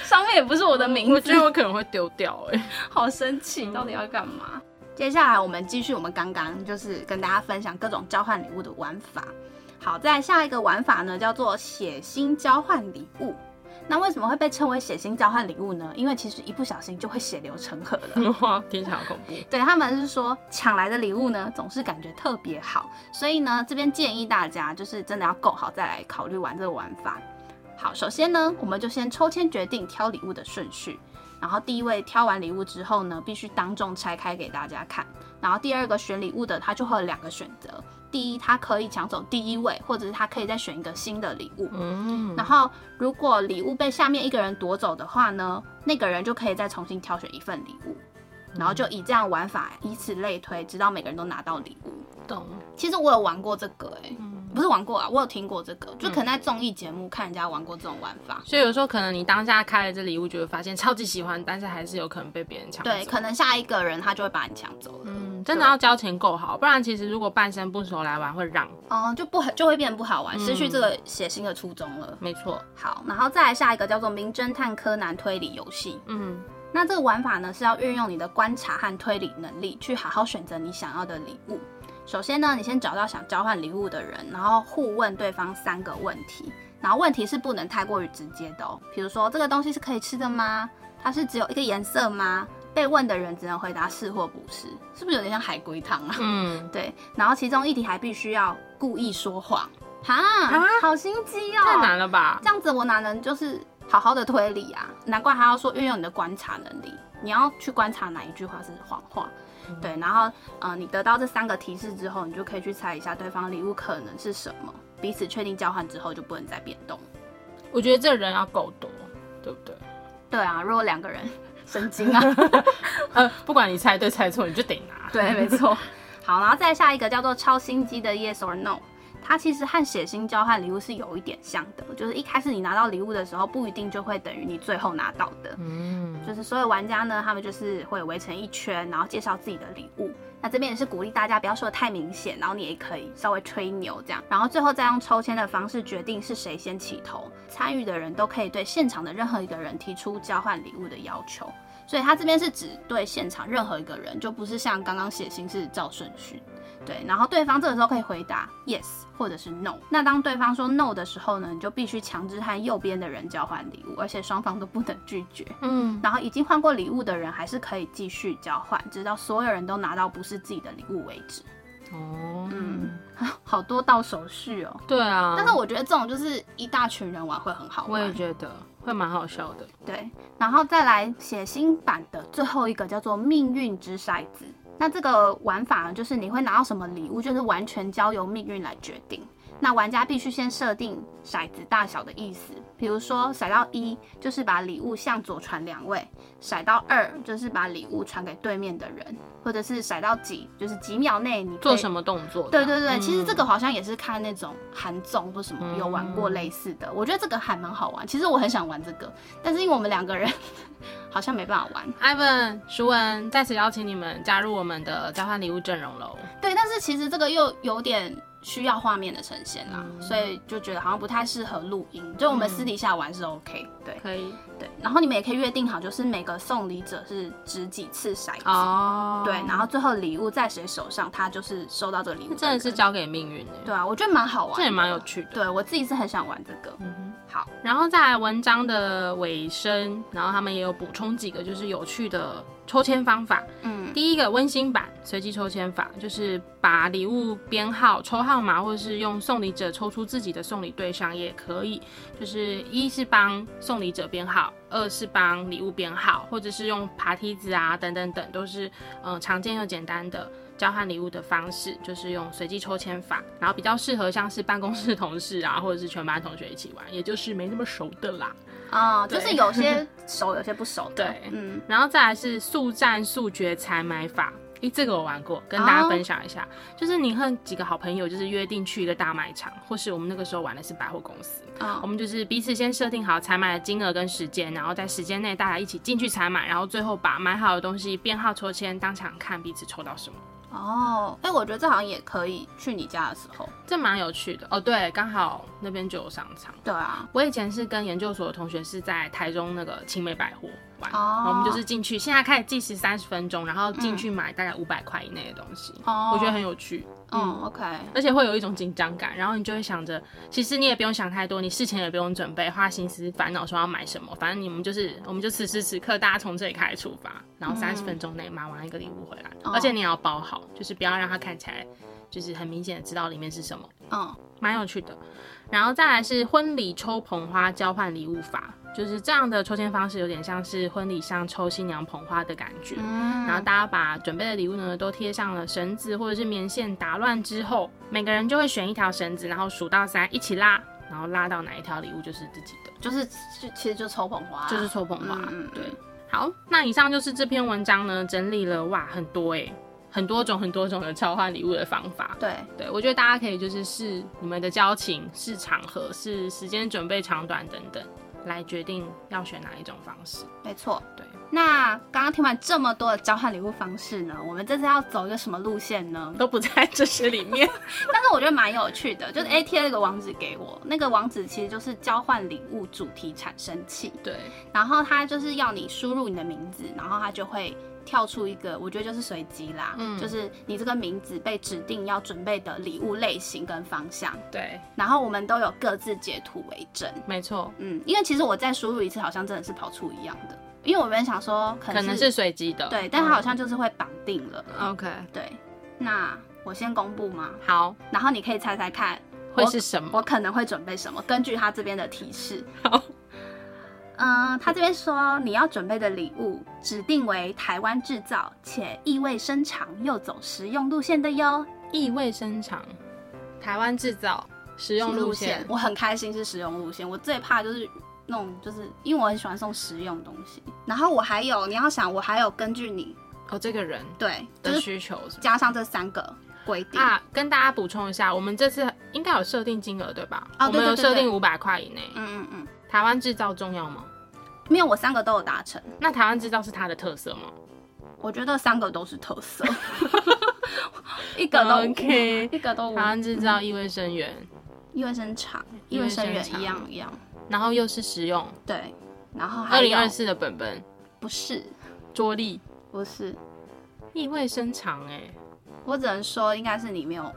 [SPEAKER 2] 上面也不是我的名
[SPEAKER 1] 我
[SPEAKER 2] 字
[SPEAKER 1] 觉，得我可能会丢掉哎、
[SPEAKER 2] 好生气，到底要干嘛？接下来我们继续我们刚刚就是跟大家分享各种交换礼物的玩法。好，在下一个玩法呢，叫做血腥交换礼物。那为什么会被称为血腥交换礼物呢？因为其实一不小心就会血流成河了。
[SPEAKER 1] 哇，听起来好恐怖。
[SPEAKER 2] 对他们是说抢来的礼物呢，总是感觉特别好，所以呢，这边建议大家就是真的要够好再来考虑玩这个玩法。好，首先呢，我们就先抽签决定挑礼物的顺序。然后第一位挑完礼物之后呢，必须当众拆开给大家看。然后第二个选礼物的，他就会有两个选择：第一，他可以抢走第一位，或者是他可以再选一个新的礼物。
[SPEAKER 1] 嗯，
[SPEAKER 2] 然后如果礼物被下面一个人夺走的话呢，那个人就可以再重新挑选一份礼
[SPEAKER 1] 嗯
[SPEAKER 2] 物，然后就以这样玩法以此类推，直到每个人都拿到礼物。
[SPEAKER 1] 懂，
[SPEAKER 2] 其实我有玩过这个、欸，
[SPEAKER 1] 嗯。
[SPEAKER 2] 不是玩过啊，我有听过这个，就可能在综艺节目看人家玩过这种玩法。
[SPEAKER 1] 所以有时候可能你当下开了这礼物，就会发现超级喜欢，但是还是有可能被别人抢走。
[SPEAKER 2] 对，可能下一个人他就会把你抢走了，
[SPEAKER 1] 嗯，真的要交情够好，不然其实如果半生不熟来玩会让，
[SPEAKER 2] 哦、就不很就会变得不好玩，失去这个
[SPEAKER 1] 嗯
[SPEAKER 2] 写信的初衷了。
[SPEAKER 1] 没错，
[SPEAKER 2] 好，然后再来下一个叫做《名侦探柯南》推理游戏，
[SPEAKER 1] 嗯，
[SPEAKER 2] 那这个玩法呢，是要运用你的观察和推理能力，去好好选择你想要的礼物。首先呢，你先找到想交换礼物的人，然后互问对方三个问题，然后问题是不能太过于直接的哦。比如说，这个东西是可以吃的吗？它是只有一个颜色吗？被问的人只能回答是或不是，是不是有点像海龟汤啊？
[SPEAKER 1] 嗯，
[SPEAKER 2] 对，然后其中一题还必须要故意说谎，哈，
[SPEAKER 1] 啊
[SPEAKER 2] 好心机哦，
[SPEAKER 1] 太难了吧？
[SPEAKER 2] 这样子我哪能就是好好的推理啊？难怪他要说运用你的观察能力，你要去观察哪一句话是谎话。对，然后呃，你得到这三个提示之后，你就可以去猜一下对方礼物可能是什么，彼此确定交换之后就不能再变动。
[SPEAKER 1] 我觉得这人要够多，对不对？
[SPEAKER 2] 对啊，如果两个人 神经啊，
[SPEAKER 1] 呃，不管你猜对猜错，你就得拿。
[SPEAKER 2] 对，没错。好，然后再下一个叫做超心机的 Yes or No，它其实和写信交换礼物是有一点像的，就是一开始你拿到礼物的时候，不一定就会等于你最后拿到的。
[SPEAKER 1] 嗯，
[SPEAKER 2] 就是所有玩家呢，他们就是会围成一圈，然后介绍自己的礼物。那这边也是鼓励大家不要说的太明显，然后你也可以稍微吹牛这样，然后最后再用抽签的方式决定是谁先起头。参与的人都可以对现场的任何一个人提出交换礼物的要求，所以他这边是指对现场任何一个人，就不是像刚刚写信是照顺序。对，然后对方这个时候可以回答 yes 或者是 no。那当对方说 no 的时候呢，你就必须强制和右边的人交换礼物，而且双方都不能拒绝。
[SPEAKER 1] 嗯，
[SPEAKER 2] 然后已经换过礼物的人还是可以继续交换，直到所有人都拿到不是自己的礼物为止。
[SPEAKER 1] 哦，
[SPEAKER 2] 嗯，好多道手续哦。
[SPEAKER 1] 对啊，
[SPEAKER 2] 但是我觉得这种就是一大群人玩会很好
[SPEAKER 1] 我也
[SPEAKER 2] 玩，
[SPEAKER 1] 觉得会蛮好笑的。
[SPEAKER 2] 对。然后再来写新版的最后一个叫做命运之骰子，那这个玩法呢就是你会拿到什么礼物，就是完全交由命运来决定。那玩家必须先设定骰子大小的意思，比如说骰到一就是把礼物向左传两位，骰到二就是把礼物传给对面的人，或者是骰到几就是几秒内你
[SPEAKER 1] 做什
[SPEAKER 2] 么。
[SPEAKER 1] 么动作？
[SPEAKER 2] 对对对，
[SPEAKER 1] 嗯
[SPEAKER 2] 其实这个好像也是看那种韩综或什么有玩过类似的，我觉得这个还蛮好玩。其实我很想玩这个，但是因为我们两个人 好像没办法玩。
[SPEAKER 1] Ivan、舒文在此邀请你们加入我们的交换礼物阵容喽。
[SPEAKER 2] 对，但是其实这个又有点需要画面的呈现啦，
[SPEAKER 1] 嗯
[SPEAKER 2] 所以就觉得好像不太适合录音。就我们私底下玩是 OK，、对
[SPEAKER 1] 可以
[SPEAKER 2] 对。然后你们也可以约定好，就是每个送礼者是掷几次骰子，
[SPEAKER 1] 哦，
[SPEAKER 2] 对，然后最后礼物在谁手上，他就是收到这个礼物。
[SPEAKER 1] 真的是，交给命运哎，
[SPEAKER 2] 对啊，我觉得蛮好玩，
[SPEAKER 1] 这也蛮有。趣的。
[SPEAKER 2] 对我自己是很想玩这个，好，
[SPEAKER 1] 然后在文章的尾声，然后他们也有补充几个就是有趣的抽签方法。
[SPEAKER 2] 嗯，
[SPEAKER 1] 第一个温馨版随机抽签法，就是把礼物编号、抽号码，或者是用送礼者抽出自己的送礼对象也可以。就是一是帮送礼者编号，二是帮礼物编号，或者是用爬梯子啊等等等，都是嗯、呃常见又简单的。交换礼物的方式就是用随机抽签法，然后比较适合像是办公室同事啊，或者是全班同学一起玩，也就是没那么熟的啦。
[SPEAKER 2] 啊、就
[SPEAKER 1] 对
[SPEAKER 2] 是有些熟，有些不熟的，
[SPEAKER 1] 对
[SPEAKER 2] 嗯，
[SPEAKER 1] 然后再来是速战速决采买法。诶，这个我玩过，跟大家分享一下就是你和几个好朋友，就是约定去一个大卖场，或是我们那个时候玩的是百货公司，
[SPEAKER 2] 啊、
[SPEAKER 1] 我们就是彼此先设定好采买的金额跟时间，然后在时间内大家一起进去采买，然后最后把买好的东西编号抽签，当场看彼此抽到什么，
[SPEAKER 2] 哦，哎、我觉得这好像也可以去你家的时候，
[SPEAKER 1] 这蛮有趣的哦。对，刚好那边就有商场。
[SPEAKER 2] 对啊，
[SPEAKER 1] 我以前是跟研究所的同学是在台中那个青梅百货玩，
[SPEAKER 2] 哦
[SPEAKER 1] 然
[SPEAKER 2] 嗯
[SPEAKER 1] 后我们就是进去，现在开始计时三十分钟，然后进去买大概五百块以内的东西，
[SPEAKER 2] 哦
[SPEAKER 1] 我觉得很有趣，
[SPEAKER 2] 嗯，OK，
[SPEAKER 1] 而且会有一种紧张感，然后你就会想着，其实你也不用想太多，你事前也不用准备，花心思烦恼说要买什么，反正你们就是，我们就此时此刻大家从这里开始出发，然后三十分钟内买完一个礼物回来，
[SPEAKER 2] 哦
[SPEAKER 1] 而且你也要包好，就是不要让它看起来就是很明显的知道里面是什么。
[SPEAKER 2] 嗯，
[SPEAKER 1] 蛮有趣的。然后再来是婚礼抽捧花交换礼物法，就是这样的抽签方式有点像是婚礼上抽新娘捧花的感觉。
[SPEAKER 2] 嗯
[SPEAKER 1] 然后大家把准备的礼物呢都贴上了绳子或者是棉线，打乱之后，每个人就会选一条绳子，然后数到三一起拉，然后拉到哪一条礼物就是自己的，
[SPEAKER 2] 就是就其实就抽捧花啊，
[SPEAKER 1] 就是抽捧花。
[SPEAKER 2] 嗯嗯
[SPEAKER 1] 对，好，那以上就是这篇文章呢整理了哇很多诶、很多种很多种的交换礼物的方法。
[SPEAKER 2] 对，
[SPEAKER 1] 对，我觉得大家可以就是视你们的交情、视场合、视时间准备长短等等，来决定要选哪一种方式。
[SPEAKER 2] 没错。
[SPEAKER 1] 对，
[SPEAKER 2] 那刚刚听完这么多的交换礼物方式呢，我们这次要走一个什么路线呢？
[SPEAKER 1] 都不在这些里面。
[SPEAKER 2] 但是我觉得蛮有趣的，就是 A 贴了一个网址给我，那个网址其实就是交换礼物主题产生器，
[SPEAKER 1] 对，
[SPEAKER 2] 然后它就是要你输入你的名字，然后它就会跳出一个，我觉得就是随机啦，
[SPEAKER 1] 嗯
[SPEAKER 2] 就是你这个名字被指定要准备的礼物类型跟方向，
[SPEAKER 1] 对，
[SPEAKER 2] 然后我们都有各自截图为证。
[SPEAKER 1] 没错，
[SPEAKER 2] 嗯，因为其实我再输入一次，好像真的是跑出一样的，因为我原本想说可
[SPEAKER 1] 可
[SPEAKER 2] 能
[SPEAKER 1] 能是随机的。
[SPEAKER 2] 对，但它好像就是会绑定了。
[SPEAKER 1] 嗯 OK，
[SPEAKER 2] 对，那我先公布吗？
[SPEAKER 1] 好，
[SPEAKER 2] 然后你可以猜猜看，
[SPEAKER 1] 会是什么？
[SPEAKER 2] 我可能会准备什么？根据他这边的提示，
[SPEAKER 1] 好，
[SPEAKER 2] 嗯、他这边说你要准备的礼物指定为台湾制造且意味深长又走实用路线的哟，
[SPEAKER 1] 意味深长，台湾制造，实用路线。
[SPEAKER 2] 我很开心是实用路线，我最怕就是。那种就是因为我很喜欢送实用的东西，然后我还有你要想，我还有根据你
[SPEAKER 1] 哦，这个人
[SPEAKER 2] 对，就
[SPEAKER 1] 的
[SPEAKER 2] 是
[SPEAKER 1] 需求是吗
[SPEAKER 2] 加上这三个规定，
[SPEAKER 1] 啊，跟大家补充一下，我们这次应该有设定金额对吧？
[SPEAKER 2] 哦
[SPEAKER 1] 我
[SPEAKER 2] 对
[SPEAKER 1] 们有
[SPEAKER 2] 对对
[SPEAKER 1] 设
[SPEAKER 2] 对
[SPEAKER 1] 定五百块以内。
[SPEAKER 2] 嗯嗯嗯，
[SPEAKER 1] 台湾制造重要吗？
[SPEAKER 2] 没有我三个都有达成，
[SPEAKER 1] 那台湾制造是它的特色吗？
[SPEAKER 2] 我觉得三个都是特 色，一个都
[SPEAKER 1] OK
[SPEAKER 2] 一个都无
[SPEAKER 1] 台湾制造意味深远，
[SPEAKER 2] 意味深长，
[SPEAKER 1] 意
[SPEAKER 2] 意
[SPEAKER 1] 味
[SPEAKER 2] 味
[SPEAKER 1] 深
[SPEAKER 2] 深
[SPEAKER 1] 远
[SPEAKER 2] 远一样一样，
[SPEAKER 1] 然后又是实用。
[SPEAKER 2] 对，然后还
[SPEAKER 1] 二零
[SPEAKER 2] 有
[SPEAKER 1] 二四的本本
[SPEAKER 2] 不是
[SPEAKER 1] 着力
[SPEAKER 2] 不是，
[SPEAKER 1] 意味深长、欸，
[SPEAKER 2] 我只能说应该是你没有
[SPEAKER 1] 我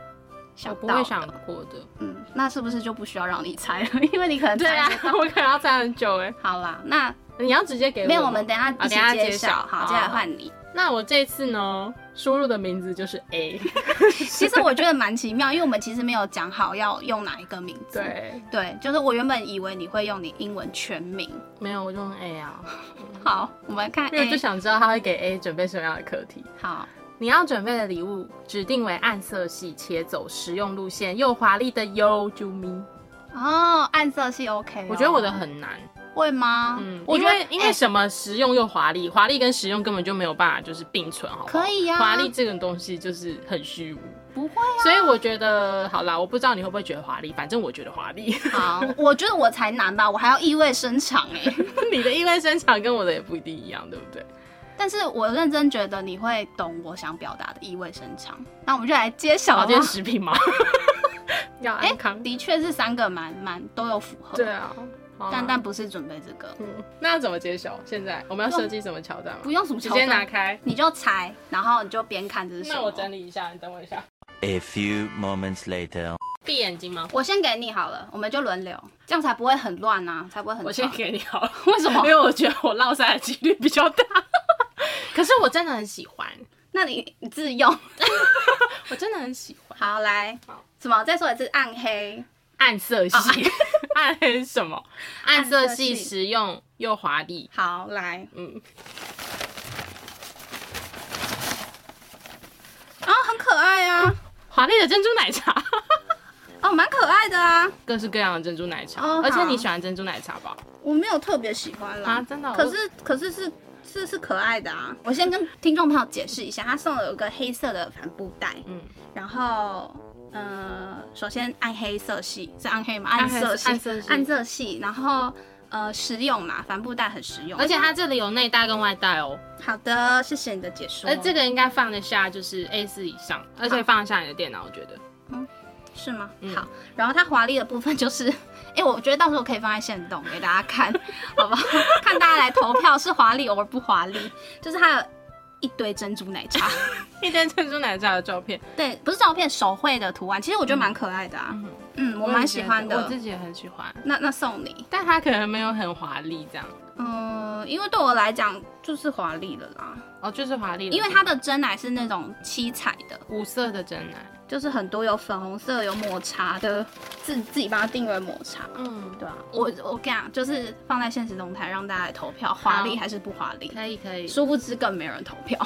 [SPEAKER 2] 想
[SPEAKER 1] 不
[SPEAKER 2] 到
[SPEAKER 1] 会
[SPEAKER 2] 的，
[SPEAKER 1] 想过的。
[SPEAKER 2] 嗯，那是不是就不需要让你猜了？因为你可能
[SPEAKER 1] 对啊
[SPEAKER 2] 猜 不，
[SPEAKER 1] 我可能要猜很久哎、
[SPEAKER 2] 好啦，那
[SPEAKER 1] 你要直接给我
[SPEAKER 2] 没有，
[SPEAKER 1] 吗
[SPEAKER 2] 我们等一下
[SPEAKER 1] 等
[SPEAKER 2] 一
[SPEAKER 1] 一下
[SPEAKER 2] 起
[SPEAKER 1] 揭
[SPEAKER 2] 揭
[SPEAKER 1] 晓
[SPEAKER 2] 晓。
[SPEAKER 1] 好
[SPEAKER 2] 好，接下来换你。
[SPEAKER 1] 那我这次呢，输入的名字就是 A。
[SPEAKER 2] 其实我觉得蛮奇妙，因为我们其实没有讲好要用哪一个名字。
[SPEAKER 1] 对，
[SPEAKER 2] 对，就是我原本以为你会用你英文全名。
[SPEAKER 1] 没有，我就用 A 啊，
[SPEAKER 2] 好，我们看
[SPEAKER 1] 因为我就
[SPEAKER 2] A。
[SPEAKER 1] 想知道他会给 A 准备什么样的课题。
[SPEAKER 2] 好，
[SPEAKER 1] 你要准备的礼物指定为暗色系且走实用路线又华丽的 Yo 啾咪。
[SPEAKER 2] 哦，暗色系 OK 哦、
[SPEAKER 1] 我觉得我的很难，
[SPEAKER 2] 会吗？
[SPEAKER 1] 嗯，
[SPEAKER 2] 我
[SPEAKER 1] 因
[SPEAKER 2] 觉得
[SPEAKER 1] 为因为
[SPEAKER 2] 哎
[SPEAKER 1] 什么实用又华丽，华丽跟实用根本就没有办法就是并存，好不好？
[SPEAKER 2] 可以啊呀
[SPEAKER 1] 华丽这种东西就是很虚无，
[SPEAKER 2] 不会啊。
[SPEAKER 1] 所以我觉得好啦，我不知道你会不会觉得华丽，反正我觉得华丽。
[SPEAKER 2] 好，我觉得我才难吧，我还要意味深长哎、
[SPEAKER 1] 你的意味深长跟我的也不一定一样，对不对？
[SPEAKER 2] 但是我认真觉得你会懂我想表达的意味深长。那我们就来揭晓
[SPEAKER 1] 保
[SPEAKER 2] 吧。
[SPEAKER 1] 健食品吗？啊 哎要安康。
[SPEAKER 2] 的确是三个蛮蛮都有符合，
[SPEAKER 1] 对啊，好啊
[SPEAKER 2] 但但不是准备这个，
[SPEAKER 1] 嗯，那要怎么揭晓？现在我们要设计什么桥段吗？
[SPEAKER 2] 不用什么
[SPEAKER 1] 直
[SPEAKER 2] 桥
[SPEAKER 1] 接
[SPEAKER 2] 段
[SPEAKER 1] 拿，开。
[SPEAKER 2] 你就猜，然后你就边看这是什么。
[SPEAKER 1] 那我整理一下，你等我一下。
[SPEAKER 3] A few moments later.
[SPEAKER 1] 闭眼睛吗？
[SPEAKER 2] 我先给你好了，我们就轮流，这样才不会很乱啊，才不会很吵。
[SPEAKER 1] 我先给你好了，
[SPEAKER 2] 为什么
[SPEAKER 1] 因为我觉得我落塞的几率比较大。 可是我真的很喜欢，
[SPEAKER 2] 那你你自用。
[SPEAKER 1] 我真的很喜欢
[SPEAKER 2] 好，来
[SPEAKER 1] 好，
[SPEAKER 2] 什么？再说一次，暗黑。
[SPEAKER 1] 暗色系，啊 暗黑是什么？暗色系
[SPEAKER 2] 暗色系
[SPEAKER 1] 实用又华丽。
[SPEAKER 2] 好，来，
[SPEAKER 1] 嗯，
[SPEAKER 2] 啊、很可爱啊，
[SPEAKER 1] 华丽的珍珠奶茶，
[SPEAKER 2] 哦，蛮可爱的啊，
[SPEAKER 1] 各式各样的珍珠奶茶。
[SPEAKER 2] 哦
[SPEAKER 1] 而且
[SPEAKER 2] 好
[SPEAKER 1] 你喜欢珍珠奶茶吧？
[SPEAKER 2] 我没有特别喜欢啦。
[SPEAKER 1] 啊，真的哦。
[SPEAKER 2] 可是可是是是是可爱的啊！我先跟听众朋友解释一下，他送了有个黑色的帆布袋，
[SPEAKER 1] 嗯，
[SPEAKER 2] 然后呃，首先暗黑色系是暗黑嘛，
[SPEAKER 1] 暗
[SPEAKER 2] 暗
[SPEAKER 1] 黑
[SPEAKER 2] 色系，
[SPEAKER 1] 暗色系
[SPEAKER 2] 暗色系，然后呃实用嘛，帆布袋很实用，
[SPEAKER 1] 而且它这里有内袋跟外袋哦。
[SPEAKER 2] 好的，谢谢你的解说，
[SPEAKER 1] 而这个应该放得下，就是 A 四以上，而且放得下你的电脑，我觉得。
[SPEAKER 2] 是吗？
[SPEAKER 1] 嗯
[SPEAKER 2] 好，然后它华丽的部分 就是，哎、我觉得到时候可以放在线动给大家看， 好不好？看大家来投票是华丽而不华丽，就是它有一堆珍珠奶 茶。
[SPEAKER 1] 一堆珍珠奶茶的照片，
[SPEAKER 2] 对，不是照片手绘的图案，其实我觉得蛮可爱的啊。
[SPEAKER 1] 嗯
[SPEAKER 2] 嗯，我蛮喜欢
[SPEAKER 1] 我
[SPEAKER 2] 的
[SPEAKER 1] 自。己也很喜欢，
[SPEAKER 2] 那那送你，
[SPEAKER 1] 但它可能没有很华丽这样。
[SPEAKER 2] 嗯，因为对我来讲就是华丽了啦，
[SPEAKER 1] 哦，就是华丽了，
[SPEAKER 2] 因为它的真奶是那种七彩的，
[SPEAKER 1] 五色的真奶，
[SPEAKER 2] 就是很多有粉红色、有抹茶的，自自己把它定为抹茶。
[SPEAKER 1] 嗯，
[SPEAKER 2] 对啊，我我跟你讲，就是放在现实动态让大家来投票，华丽还是不华丽？
[SPEAKER 1] 可以可以，
[SPEAKER 2] 殊不知更没有人投票，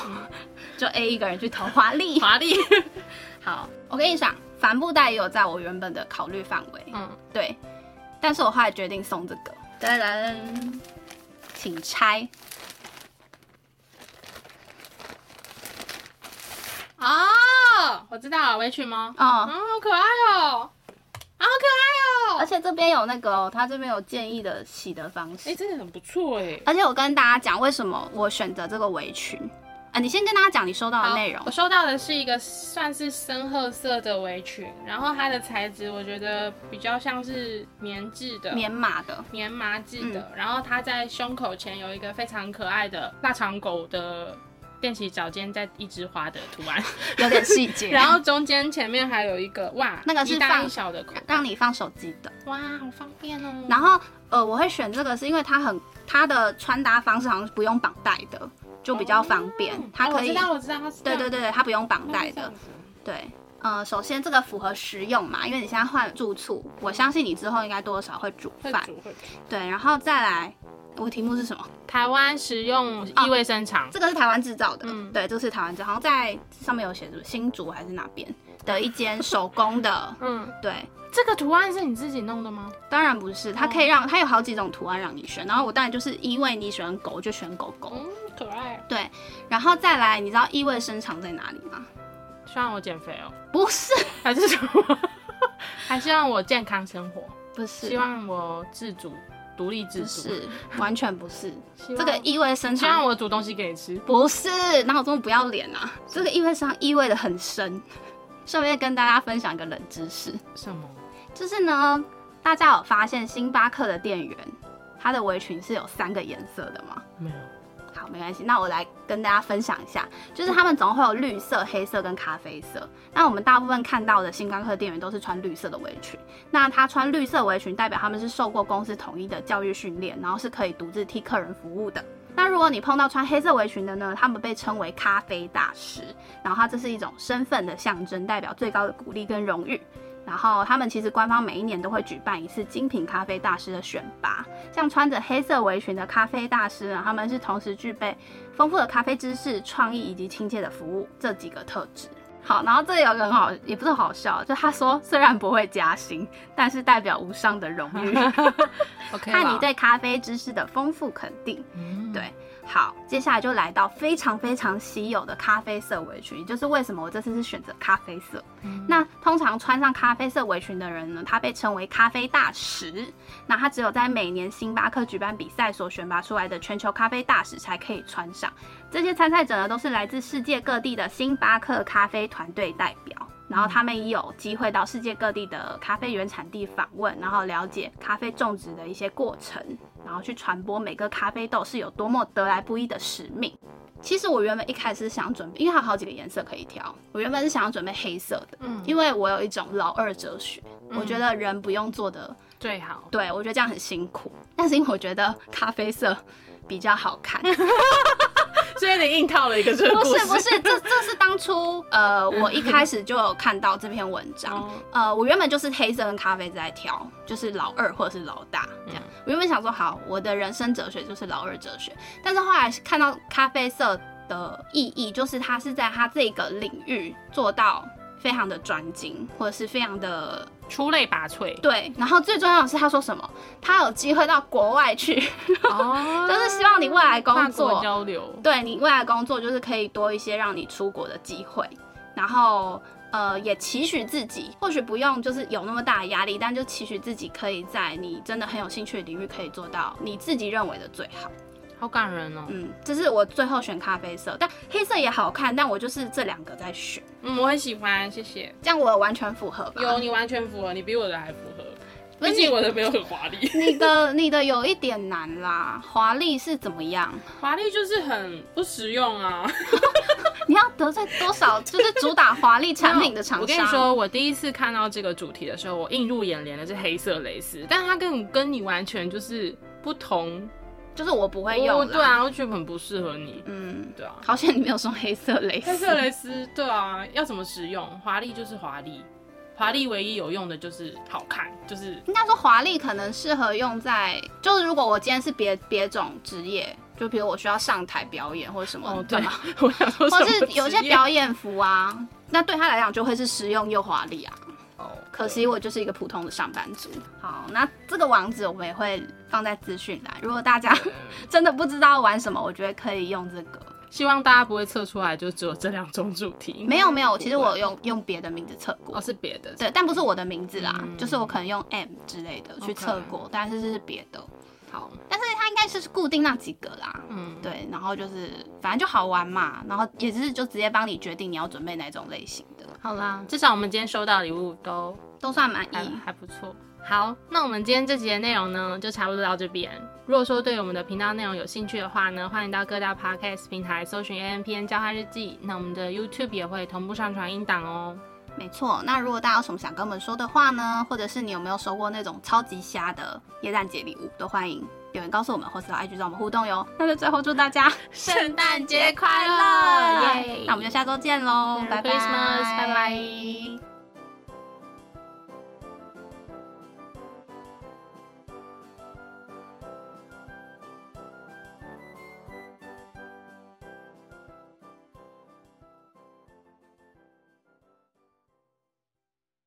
[SPEAKER 2] 就 A 一个人去投华丽。
[SPEAKER 1] 华丽，
[SPEAKER 2] 好，我跟你讲，帆布袋也有在我原本的考虑范围，
[SPEAKER 1] 嗯，
[SPEAKER 2] 对，但是我后来决定送这个。当然，请拆。
[SPEAKER 1] 哦，我知道了，围裙吗？
[SPEAKER 2] 哦
[SPEAKER 1] 啊，，好可爱哦，啊，好可爱
[SPEAKER 2] 而
[SPEAKER 1] 哦，
[SPEAKER 2] 且这边有那个、哦，它这边有建议的洗的方式。
[SPEAKER 1] 哎，真的很不错哎。
[SPEAKER 2] 而且我跟大家讲，为什么我选择这个围裙啊？你先跟大家讲你收到的
[SPEAKER 1] 好
[SPEAKER 2] 内容
[SPEAKER 1] 我。收到的是一个算是深褐色的围裙，然后它的材质我觉得比较像是棉质的，
[SPEAKER 2] 棉嗯码的，
[SPEAKER 1] 棉麻质的，然后它在胸口前有一个非常可爱的腊肠狗的踮起脚尖在一枝花的图案，
[SPEAKER 2] 有点细 节。
[SPEAKER 1] 然后中间前面还有一个哇，
[SPEAKER 2] 那个是
[SPEAKER 1] 一大
[SPEAKER 2] 放
[SPEAKER 1] 一小的口，
[SPEAKER 2] 让你放手机的。
[SPEAKER 1] 哇，好方便哦。
[SPEAKER 2] 然后呃，我会选这个是因为它很它的穿搭方式好像是不用绑带的，就比较方便。
[SPEAKER 1] 嗯
[SPEAKER 2] 它
[SPEAKER 1] 哦
[SPEAKER 2] 可以，
[SPEAKER 1] 我知道，我嗯知道，它是
[SPEAKER 2] 对对
[SPEAKER 1] 对，
[SPEAKER 2] 对对，它不用绑
[SPEAKER 1] 它
[SPEAKER 2] 带
[SPEAKER 1] 是这
[SPEAKER 2] 的
[SPEAKER 1] 样。子
[SPEAKER 2] 对，呃，首先这个符合实用嘛，因为你现在换住处，我相信你之后应该多少会煮
[SPEAKER 1] 会
[SPEAKER 2] 饭。
[SPEAKER 1] 煮会嗯煮。
[SPEAKER 2] 对，然后再来，我题目是什么？
[SPEAKER 1] 台湾食用异味深长，
[SPEAKER 2] 这个是台湾制造的，
[SPEAKER 1] 嗯，
[SPEAKER 2] 对，这个是台湾制造，好像在上面有写着新竹还是哪边的一间手工的
[SPEAKER 1] 嗯，
[SPEAKER 2] 对，
[SPEAKER 1] 这个图案是你自己弄的吗？
[SPEAKER 2] 当然不是，它可
[SPEAKER 1] 哦
[SPEAKER 2] 以让它有好几种图案让你选，然后我当然就是因为你喜欢狗就选狗狗，
[SPEAKER 1] 嗯，可爱。
[SPEAKER 2] 对，然后再来，你知道意味深长在哪里吗？
[SPEAKER 1] 希望我减肥哦，
[SPEAKER 2] 不是，
[SPEAKER 1] 还是什么？还希望我健康生活，
[SPEAKER 2] 不是，
[SPEAKER 1] 希望我自主、独立自
[SPEAKER 2] 不
[SPEAKER 1] 主。
[SPEAKER 2] 是，完全不是，
[SPEAKER 1] 希望
[SPEAKER 2] 这个意味深
[SPEAKER 1] 嗯希望
[SPEAKER 2] 长。
[SPEAKER 1] 我煮东西给你吃。
[SPEAKER 2] 不是，哪有这么不要脸啊？这个意味深长意味的很深，顺便跟大家分享一个冷知识，
[SPEAKER 1] 什么？
[SPEAKER 2] 就是呢，大家有发现星巴克的店员，它的围裙是有三个颜色的吗？
[SPEAKER 1] 没有。
[SPEAKER 2] 好，没关系，那我来跟大家分享一下，就是他们总会有绿色、黑色跟咖啡色。那我们大部分看到的星巴克店员都是穿绿色的围裙，那他穿绿色围裙代表他们是受过公司统一的教育训练，然后是可以独自替客人服务的。那如果你碰到穿黑色围裙的呢，他们被称为咖啡大师，然后它这是一种身份的象征，代表最高的鼓励跟荣誉。然后他们其实官方每一年都会举办一次精品咖啡大师的选拔，像穿着黑色围裙的咖啡大师呢，他们是同时具备丰富的咖啡知识、创意以及亲切的服务这几个特质。好，然后这里有个很好，也不是好笑，就他说虽然不会加薪，但是代表无上的荣誉，
[SPEAKER 1] OK 嗯
[SPEAKER 2] 看你对嗯咖啡知识的丰富肯定。对，好，接下来就来到非常非常稀有的咖啡色围裙，也就是为什么我这次是选择咖啡色。那通常穿上咖啡色围裙的人呢，他被称为咖啡大使。那他只有在每年星巴克举办比赛所选拔出来的全球咖啡大使才可以穿上。这些参赛者呢，都是来自世界各地的星巴克咖啡团队代表。然后他们也有机会到世界各地的咖啡原产地访问，然后了解咖啡种植的一些过程，然后去传播每个咖啡豆是有多么得来不易的使命。其实我原本一开始想准备，因为它有好几个颜色可以挑，我原本是想要准备黑色的，
[SPEAKER 1] 嗯
[SPEAKER 2] 因为我有一种老二哲学，我觉
[SPEAKER 1] 嗯
[SPEAKER 2] 得人不用做的
[SPEAKER 1] 最好。
[SPEAKER 2] 对，我觉得这样很辛苦。但是因为我觉得咖啡色比较好 看，
[SPEAKER 1] 所以你硬套了一个这
[SPEAKER 2] 不是不是，这这是当初呃，我一开始就有看到这篇文章
[SPEAKER 1] 哦，
[SPEAKER 2] 呃，我原本就是黑色跟咖啡在挑，就是老二或者是老大这样。我原本想说，好，我的人生哲学就是老二哲学，但是后来看到咖啡色的意义，就是它是在它这个领域做到非常的专精，或者是非常的
[SPEAKER 1] 出类拔 萃。
[SPEAKER 2] 对。然后最重要的是，他说什么？他有机会到国外去。
[SPEAKER 1] 哦
[SPEAKER 2] 就是希望你未来工
[SPEAKER 1] 跨
[SPEAKER 2] 作
[SPEAKER 1] 国，交流。
[SPEAKER 2] 对你未来工作就是可以多一些让你出国的机会，然后呃也期许自己，或许不用就是有那么大的压力，但就期许自己可以在你真的很有兴趣的领域可以做到你自己认为的最好。
[SPEAKER 1] 好感人哦。
[SPEAKER 2] 嗯，这是我最后选咖啡色，但黑色也好看，但我就是这两个在选，
[SPEAKER 1] 嗯，我很喜欢，谢谢。
[SPEAKER 2] 这样我完全符合吧？
[SPEAKER 1] 有，你完全符合，你比我的还符合。
[SPEAKER 2] 不是
[SPEAKER 1] 毕
[SPEAKER 2] 你
[SPEAKER 1] 竟我的没有很华丽，
[SPEAKER 2] 你的你的有一点难啦，华丽是怎么样？
[SPEAKER 1] 华丽就是很不实用啊。
[SPEAKER 2] 你要得罪多少就是主打华丽产品的厂 商？
[SPEAKER 1] 我跟你，说，我第一次看到这个主题的时候，我映入眼帘的是黑色蕾丝，但它跟跟你完全就是不同
[SPEAKER 2] 就是我不会
[SPEAKER 1] 我
[SPEAKER 2] 用啦
[SPEAKER 1] 对，啊，我觉得很不适合你。
[SPEAKER 2] 嗯，
[SPEAKER 1] 对啊，
[SPEAKER 2] 好险你没有送黑色蕾丝。
[SPEAKER 1] 黑色蕾丝，对啊，要怎么使用？华丽就是华丽，华丽唯一有用的就是好看，就是
[SPEAKER 2] 应该说华丽可能适合用在，就是如果我今天是别别种职业，就比如我需要上台表演或者什么，
[SPEAKER 1] 哦，对
[SPEAKER 2] 干嘛，
[SPEAKER 1] 我想说什
[SPEAKER 2] 或
[SPEAKER 1] 么
[SPEAKER 2] 是
[SPEAKER 1] 职业
[SPEAKER 2] 有一些表演服啊，那对他来讲就会是实用又华丽啊。
[SPEAKER 1] 哦，
[SPEAKER 2] 可惜我就是一个普通的上班族。好，那这个网址我们也会放在资讯栏，如果大家 真的不知道玩什么，我觉得可以用这个。
[SPEAKER 1] 希望大家不会测出来就只有这两种主题。
[SPEAKER 2] 没有没有，其实
[SPEAKER 1] 不会
[SPEAKER 2] 我用用别的名字测过
[SPEAKER 1] 哦，是别的，
[SPEAKER 2] 对，但不是我的名字啦，
[SPEAKER 1] 嗯
[SPEAKER 2] 就是我可能用 M 之类的去
[SPEAKER 1] OK
[SPEAKER 2] 测过，但是这是别的，
[SPEAKER 1] 好，
[SPEAKER 2] 但是它应该是固定那几个啦。
[SPEAKER 1] 嗯，
[SPEAKER 2] 对，然后就是反正就好玩嘛，然后也是就直接帮你决定你要准备哪种类型的，
[SPEAKER 1] 好啦，至少我们今天收到礼物都
[SPEAKER 2] 都算满
[SPEAKER 1] 还
[SPEAKER 2] 意。
[SPEAKER 1] 还不错。好，那我们今天这集的内容呢，就差不多到这边。如果说对我们的频道内容有兴趣的话呢，欢迎到各大 podcast 平台搜寻 A M P N 交换日记。那我们的 YouTube 也会同步上传音档哦。
[SPEAKER 2] 没错，那如果大家有什么想跟我们说的话呢，或者是你有没有收过那种超级瞎的耶诞节礼物，都欢迎留言告诉我们，或是到 IG 找我们互动哟。那就最后祝大家
[SPEAKER 1] 圣诞节
[SPEAKER 2] 快
[SPEAKER 1] 快乐
[SPEAKER 2] 耶！那我们就下周见喽，拜拜
[SPEAKER 1] Merry Christmas，拜拜。